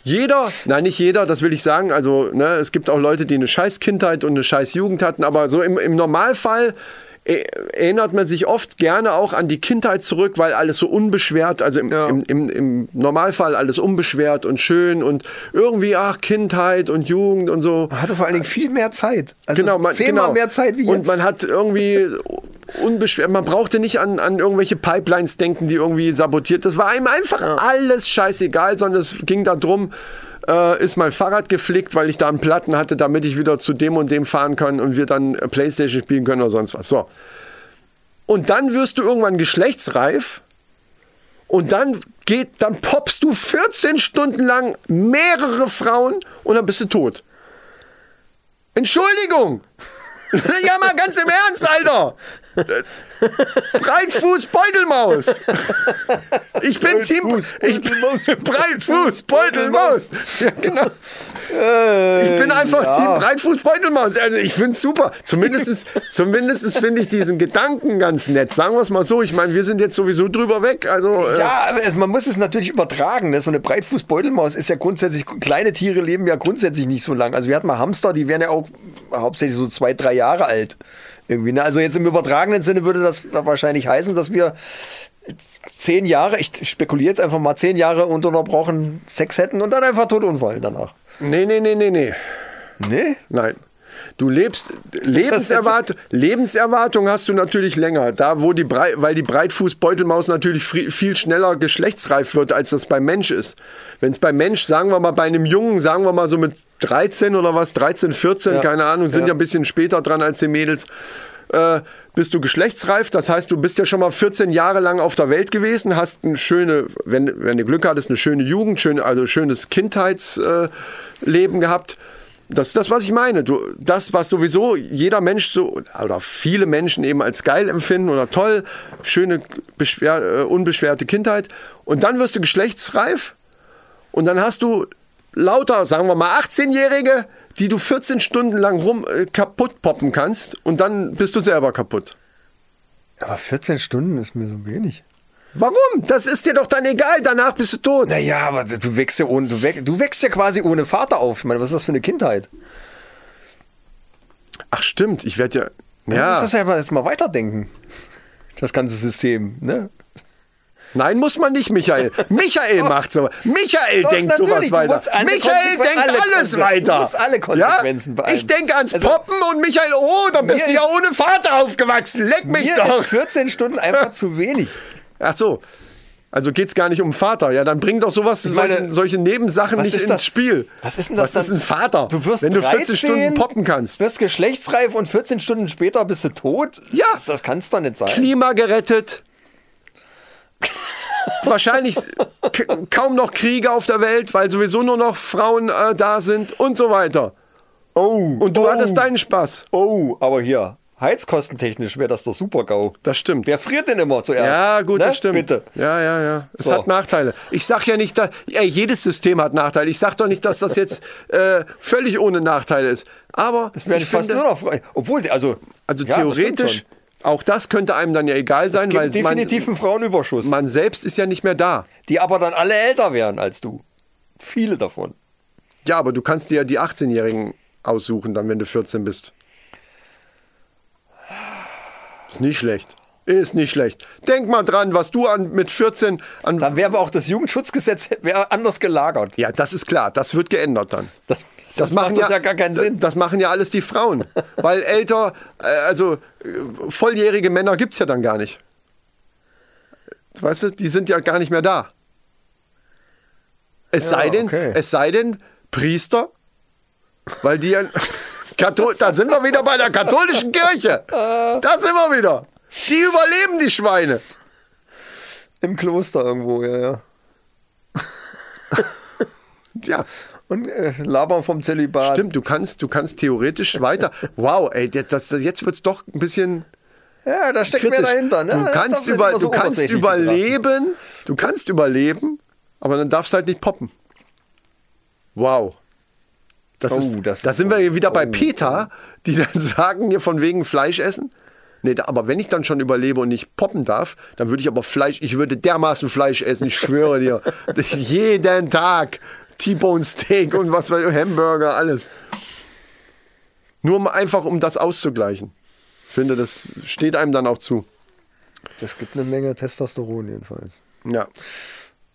Jeder, nein, nicht jeder, das will ich sagen. Also, ne, es gibt auch Leute, die eine scheiß Kindheit und eine scheiß Jugend hatten, aber so im, im Normalfall äh, erinnert man sich oft gerne auch an die Kindheit zurück, weil alles so unbeschwert, also im, im, im, im Normalfall alles unbeschwert und schön und irgendwie, ach, Kindheit und Jugend und so.
Man hatte vor allen Dingen viel mehr Zeit. Also
Genau, man,
zehnmal
genau.
mehr Zeit wie jetzt.
Und man hat irgendwie unbeschwert, man brauchte nicht an, an irgendwelche Pipelines denken, die irgendwie sabotiert. Das war einem einfach alles scheißegal, sondern es ging darum, äh, ist mein Fahrrad geflickt, weil ich da einen Platten hatte, damit ich wieder zu dem und dem fahren kann und wir dann äh, Playstation spielen können oder sonst was. So. Und dann wirst du irgendwann geschlechtsreif und dann geht, dann poppst du 14 Stunden lang mehrere Frauen und dann bist du tot. Entschuldigung! ja, mal ganz im Ernst, Alter! Breitfuß Beutelmaus! Ich bin Team. Ich bin Breitfuß Beutelmaus! Ja, genau.
Äh,
Ich bin einfach Team Breitfuß Beutelmaus. Also, ich find's super. Zumindestens, zumindestens finde ich diesen Gedanken ganz nett. Sagen wir es mal so. Ich meine, wir sind jetzt sowieso drüber weg. Also, äh,
ja, aber es- man muss es natürlich übertragen. Ne? So eine Breitfußbeutelmaus ist ja grundsätzlich, kleine Tiere leben ja grundsätzlich nicht so lang. Also wir hatten mal Hamster, die wären ja auch hauptsächlich so zwei, drei Jahre alt. Irgendwie, ne? Also jetzt im übertragenen Sinne würde das wahrscheinlich heißen, dass wir zehn Jahre, ich spekuliere jetzt einfach mal, zehn Jahre ununterbrochen Sex hätten und dann einfach tot umfallen danach. Ne?
nee, nee, nee, nee, nee.
Nee?
Nein. Du lebst
das jetzt-
Lebenserwartung, Lebenserwartung hast du natürlich länger, da wo die Brei, weil die Breitfußbeutelmaus natürlich fri- viel schneller geschlechtsreif wird, als das beim Mensch ist. Wenn es beim Mensch, sagen wir mal bei einem Jungen, sagen wir mal so mit 13 oder was, 13, 14,
Ja.
keine Ahnung, sind ja.
Ja.
ein bisschen später dran als die Mädels. Äh, bist du geschlechtsreif, das heißt, du bist ja schon mal 14 Jahre lang auf der Welt gewesen, hast eine schöne, wenn, wenn du Glück hattest, eine schöne Jugend, schön, also schönes Kindheitsleben äh, Leben gehabt. Das ist das, was ich meine. Du, das, was sowieso jeder Mensch so oder viele Menschen eben als geil empfinden oder toll, schöne, beschwer, äh, unbeschwerte Kindheit. Und dann wirst du geschlechtsreif und dann hast du lauter, sagen wir mal, 18-Jährige, die du 14 Stunden lang rum äh, kaputt poppen kannst und dann bist du selber kaputt.
Aber 14 Stunden ist mir so wenig.
Warum? Das ist dir doch dann egal, danach bist du tot.
Naja, aber du wächst ja ohne, du wächst, du wächst ja quasi ohne Vater auf. Ich meine, was ist das für eine Kindheit?
Ach stimmt, ich werde ja...
Man
Ja,
muss das ja mal- jetzt mal weiterdenken. Das ganze System, ne?
Nein, muss man nicht, Michael. Michael macht so. Michael
Doch,
denkt
natürlich,
sowas
du
weiter.
musst alle
Michael
Konsequen-
denkt
alle
alles
Konse-
weiter.
du musst alle Konsequenzen
ja?
beeilen.
Ich denke ans
Also-
Poppen und Michael, oh, dann bist
Mir
du ja
ist-
ohne Vater aufgewachsen. Leck mich
Mir
doch.
ist 14 Stunden einfach zu wenig.
Ach so. Also geht's gar nicht um Vater. Ja, dann bring doch sowas,
meine,
solche, solche Nebensachen
was
nicht
ist
ins
das-
Spiel.
was ist denn das
Was ist
dann?
ein Vater?
Du wirst
wenn du
13,
40 Stunden poppen kannst.
wirst geschlechtsreif und 14 Stunden später bist du tot?
Ja.
Das, das kann's doch nicht sein.
Klima gerettet. Wahrscheinlich k- kaum noch Kriege auf der Welt, weil sowieso nur noch Frauen äh, da sind und so weiter.
Oh.
Und du
oh,
hattest deinen Spaß.
Oh, aber hier, heizkostentechnisch wäre das doch super GAU.
Das stimmt.
Wer friert denn immer zuerst?
Ja, gut,
Ne?
das stimmt.
Bitte.
Ja, ja, ja. Es
So.
hat Nachteile. Ich sag ja nicht, dass. Ey, jedes System hat Nachteile. Ich sag doch nicht, dass das jetzt äh, völlig ohne Nachteile ist. Aber
Es werden
ich
fast
finde,
nur noch Fre- Obwohl, also.
also
ja, das stimmt
theoretisch,
schon.
auch das könnte einem dann ja egal sein, weil
Gibt
man,
definitiv einen Frauenüberschuss,
man selbst ist ja nicht mehr da.
die aber dann alle älter wären als du. Viele davon.
Ja, aber du kannst dir ja die 18-Jährigen aussuchen, dann, wenn du 14 bist. Ist nicht schlecht. Ist nicht schlecht. Denk mal dran, was du an, mit 14 an.
Dann wäre aber auch das Jugendschutzgesetz wäre anders gelagert.
ja, das ist klar. Das wird geändert dann.
Das, sonst macht das ja Äh, gar keinen Sinn.
Das machen ja alles die Frauen. Weil älter, äh, also äh, volljährige Männer gibt es ja dann gar nicht. Weißt du, die sind ja gar nicht mehr da. Es sei denn,
okay.
es sei denn, Priester, weil die ja. Kathol da sind wir wieder bei der katholischen Kirche. Da sind wir wieder. Die überleben die Schweine.
Im Kloster irgendwo, ja, ja.
Ja,
Und äh, labern vom Zölibat.
stimmt, du kannst, du kannst theoretisch weiter. Wow, ey, das, das, jetzt wird es doch ein bisschen.
Ja, da steckt
kritisch.
mehr dahinter. Ne?
Du
Das
kannst,
darfst nicht
über,
immer so
du kannst
oberflächlich
überleben, du kannst überleben, aber dann darfst du halt nicht poppen. Wow. Das
Oh,
ist,
das
da
ist-
sind wir hier wieder bei
oh.
Peter, die dann sagen, hier von wegen Fleisch essen. Nee, da, aber wenn ich dann schon überlebe und nicht poppen darf, dann würde ich aber Fleisch, ich würde dermaßen Fleisch essen, ich schwöre dir. Jeden Tag T-Bone Steak und was weiß ich, Hamburger, alles. Nur um, einfach, um das auszugleichen. Ich finde, das steht einem dann auch zu.
betrachten. Das gibt eine Menge Testosteron jedenfalls.
Ja.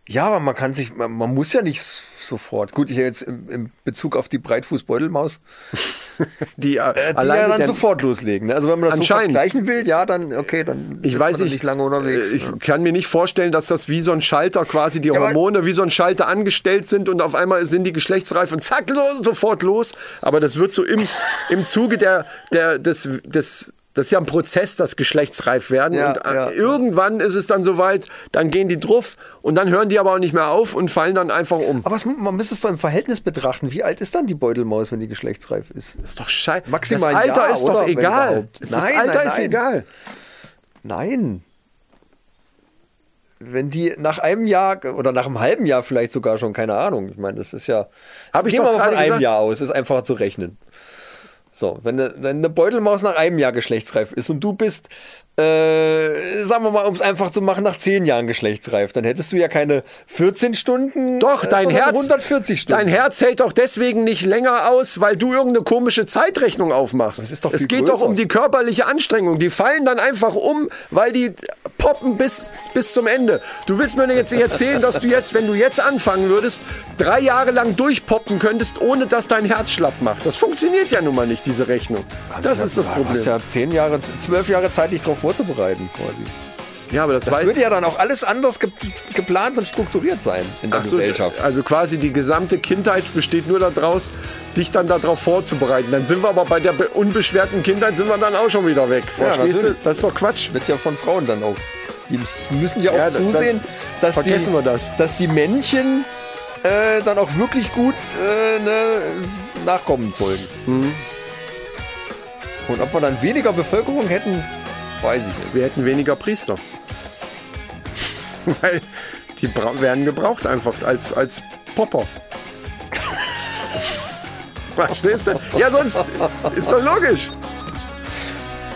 Ja, aber man kann sich, man, man muss ja nicht s- sofort. Gut, ich jetzt im, im Bezug auf die Breitfußbeutelmaus,
Die, äh,
äh, die
alleine
ja dann
der-
sofort loslegen. Ne? Also wenn man das so
Anscheinend.
vergleichen will, ja, dann okay, dann
ich
ist
weiß
man
nicht,
nicht lange unterwegs. ne?
äh, Ich kann mir nicht vorstellen, dass das wie so ein Schalter quasi die
aber-
Hormone wie so ein Schalter angestellt sind und auf einmal sind die geschlechtsreif und zack los sofort los. Aber das wird so im, im Zuge der, der des, des das ist ja ein Prozess, das geschlechtsreif werden.
Ja,
und äh,
ja.
irgendwann ist es dann soweit, dann gehen die drauf und dann hören die aber auch nicht mehr auf und fallen dann einfach um.
aber es, man müsste es doch im Verhältnis betrachten. Wie alt ist dann die Beutelmaus, wenn die geschlechtsreif ist?
Das ist doch scheiße.
Maximal
das
ein
Alter
Jahr,
ist
oder?
doch
Wenn
egal.
überhaupt.
Das
Nein,
Alter
nein,
ist
nein.
egal.
Nein. Wenn die nach einem Jahr oder nach einem halben Jahr vielleicht sogar schon, keine Ahnung. Ich meine, das ist ja.
Hab ich
Gehen
doch
wir mal
gerade
von einem
gesagt.
Jahr aus, ist einfacher zu rechnen. So, wenn eine, wenn eine Beutelmaus nach einem Jahr geschlechtsreif ist und du bist, äh, sagen wir mal, um es einfach zu machen, nach zehn Jahren geschlechtsreif, dann hättest du ja keine 14 Stunden.
Doch,
äh,
dein
sondern
Herz.
140 Stunden.
Dein Herz hält doch deswegen nicht länger aus, weil du irgendeine komische Zeitrechnung aufmachst.
es ist doch
es
viel
geht doch
größer.
um die körperliche Anstrengung. Die fallen dann einfach um, weil die poppen bis, bis zum Ende. Du willst mir jetzt nicht erzählen, dass du jetzt, wenn du jetzt anfangen würdest, drei Jahre lang durchpoppen könntest, ohne dass dein Herz schlapp macht. Das funktioniert ja nun mal nicht, diese Rechnung. Das ist das
Du hast
Problem.
ja zehn Jahre, zwölf Jahre Zeit, dich darauf vorzubereiten, quasi.
Ja, aber das,
Das
weiß
würde ja dann auch alles anders ge geplant und strukturiert sein in der
Ach so,
Gesellschaft.
Also quasi die gesamte Kindheit besteht nur daraus, dich dann darauf vorzubereiten. Dann sind wir aber bei der be- unbeschwerten Kindheit sind wir dann auch schon wieder weg.
Ja,
Verstehst du?
natürlich.
Das ist doch Quatsch.
Wird ja von Frauen dann auch. Die ms- müssen ja auch
Ja, da- dann
zusehen, dass,
vergessen
die,
wir das.
dass die Männchen äh, dann auch wirklich gut äh, ne, Nachkommen zeugen.
Mhm.
Und ob wir dann weniger Bevölkerung hätten, weiß ich nicht.
Wir hätten weniger Priester. Weil die bra- werden gebraucht einfach als, als Popper. Verstehst du? Ja, sonst ist doch logisch.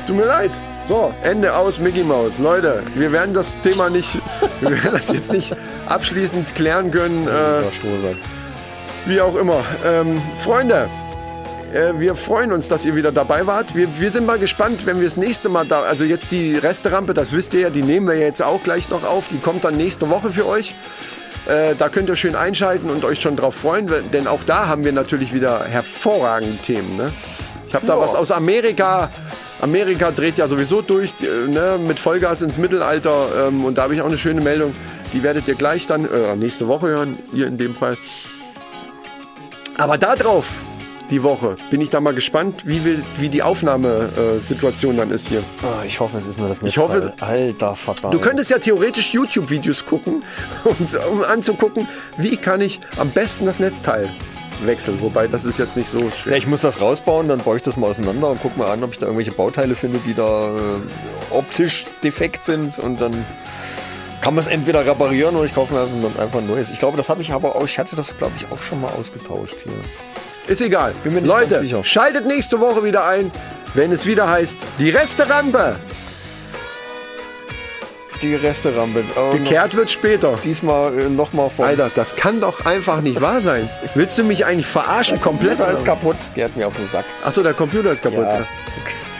Tut mir leid. So, Ende aus Mickey Mouse. Leute, wir werden das Thema nicht, wir werden das jetzt nicht abschließend klären können. Äh,
Ach, Strohsack.
wie auch immer. Ähm, Freunde, Äh, wir freuen uns, dass ihr wieder dabei wart. Wir, wir sind mal gespannt, wenn wir das nächste Mal da, also jetzt die Resterampe, das wisst ihr ja, die nehmen wir jetzt auch gleich noch auf. Die kommt dann nächste Woche für euch. Äh, da könnt ihr schön einschalten und euch schon drauf freuen, weil- denn auch da haben wir natürlich wieder hervorragende Themen. Ne? Ich habe da was aus Amerika. Amerika dreht ja sowieso durch die, äh, ne, mit Vollgas ins Mittelalter. Ähm, und da habe ich auch eine schöne Meldung. Die werdet ihr gleich dann, äh, nächste Woche hören, ihr in dem Fall. Aber da drauf, die Woche, bin ich da mal gespannt, wie, wir, wie die Aufnahmesituation dann ist hier.
Ah, ich hoffe, es ist nur das nächste
Ich hoffe-
Mal. Alter Vater.
Du könntest ja theoretisch YouTube-Videos gucken, um, zu- um anzugucken, wie kann ich am besten das Netzteil wechseln. Wobei, das ist jetzt nicht so
Ja,
schwer.
ich muss das rausbauen, dann baue ich das mal auseinander und guck mal an, ob ich da irgendwelche Bauteile finde, die da äh, optisch defekt sind und dann kann man es entweder reparieren oder ich kaufe mir dann einfach ein neues. Ich glaube, das habe ich aber auch, ich hatte das glaube ich auch schon mal ausgetauscht hier.
Ist egal.
Bin mir nicht ganz
Leute,
sicher.
schaltet nächste Woche wieder ein, wenn es wieder heißt, die Resterampe.
Die Resterampe. äh,
Gekehrt wird später.
Diesmal äh, nochmal vor.
Alter, das kann doch einfach nicht wahr sein. Willst du mich eigentlich verarschen komplett?
Computer ist kaputt, der hat mir auf den Sack.
Achso, der Computer ist kaputt.
Ja.
Ja.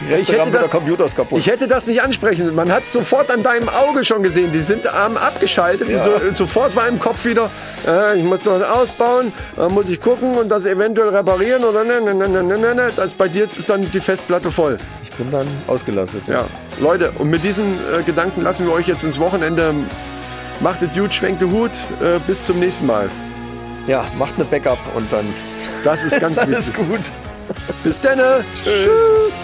Die Resterampe der Computer ist kaputt.
Ich hätte das nicht ansprechen. Man hat sofort an deinem Auge schon gesehen. Die sind arm abgeschaltet. Die so, äh, sofort war im Kopf wieder, äh, ich muss das ausbauen, dann muss ich gucken und das eventuell reparieren oder ne, ne, ne, ne, ne, ne, ne. Das bei dir ist dann die Festplatte voll.
Ich bin dann ausgelastet.
Ja. Leute, und mit diesem äh, Gedanken lassen wir euch jetzt ins Wochenende. Macht es gut, schwenkt den Hut. Äh, bis zum nächsten Mal.
ja, macht eine Backup und dann
Das ist ganz
ist alles
wichtig.
gut.
Bis dann. Tschüss.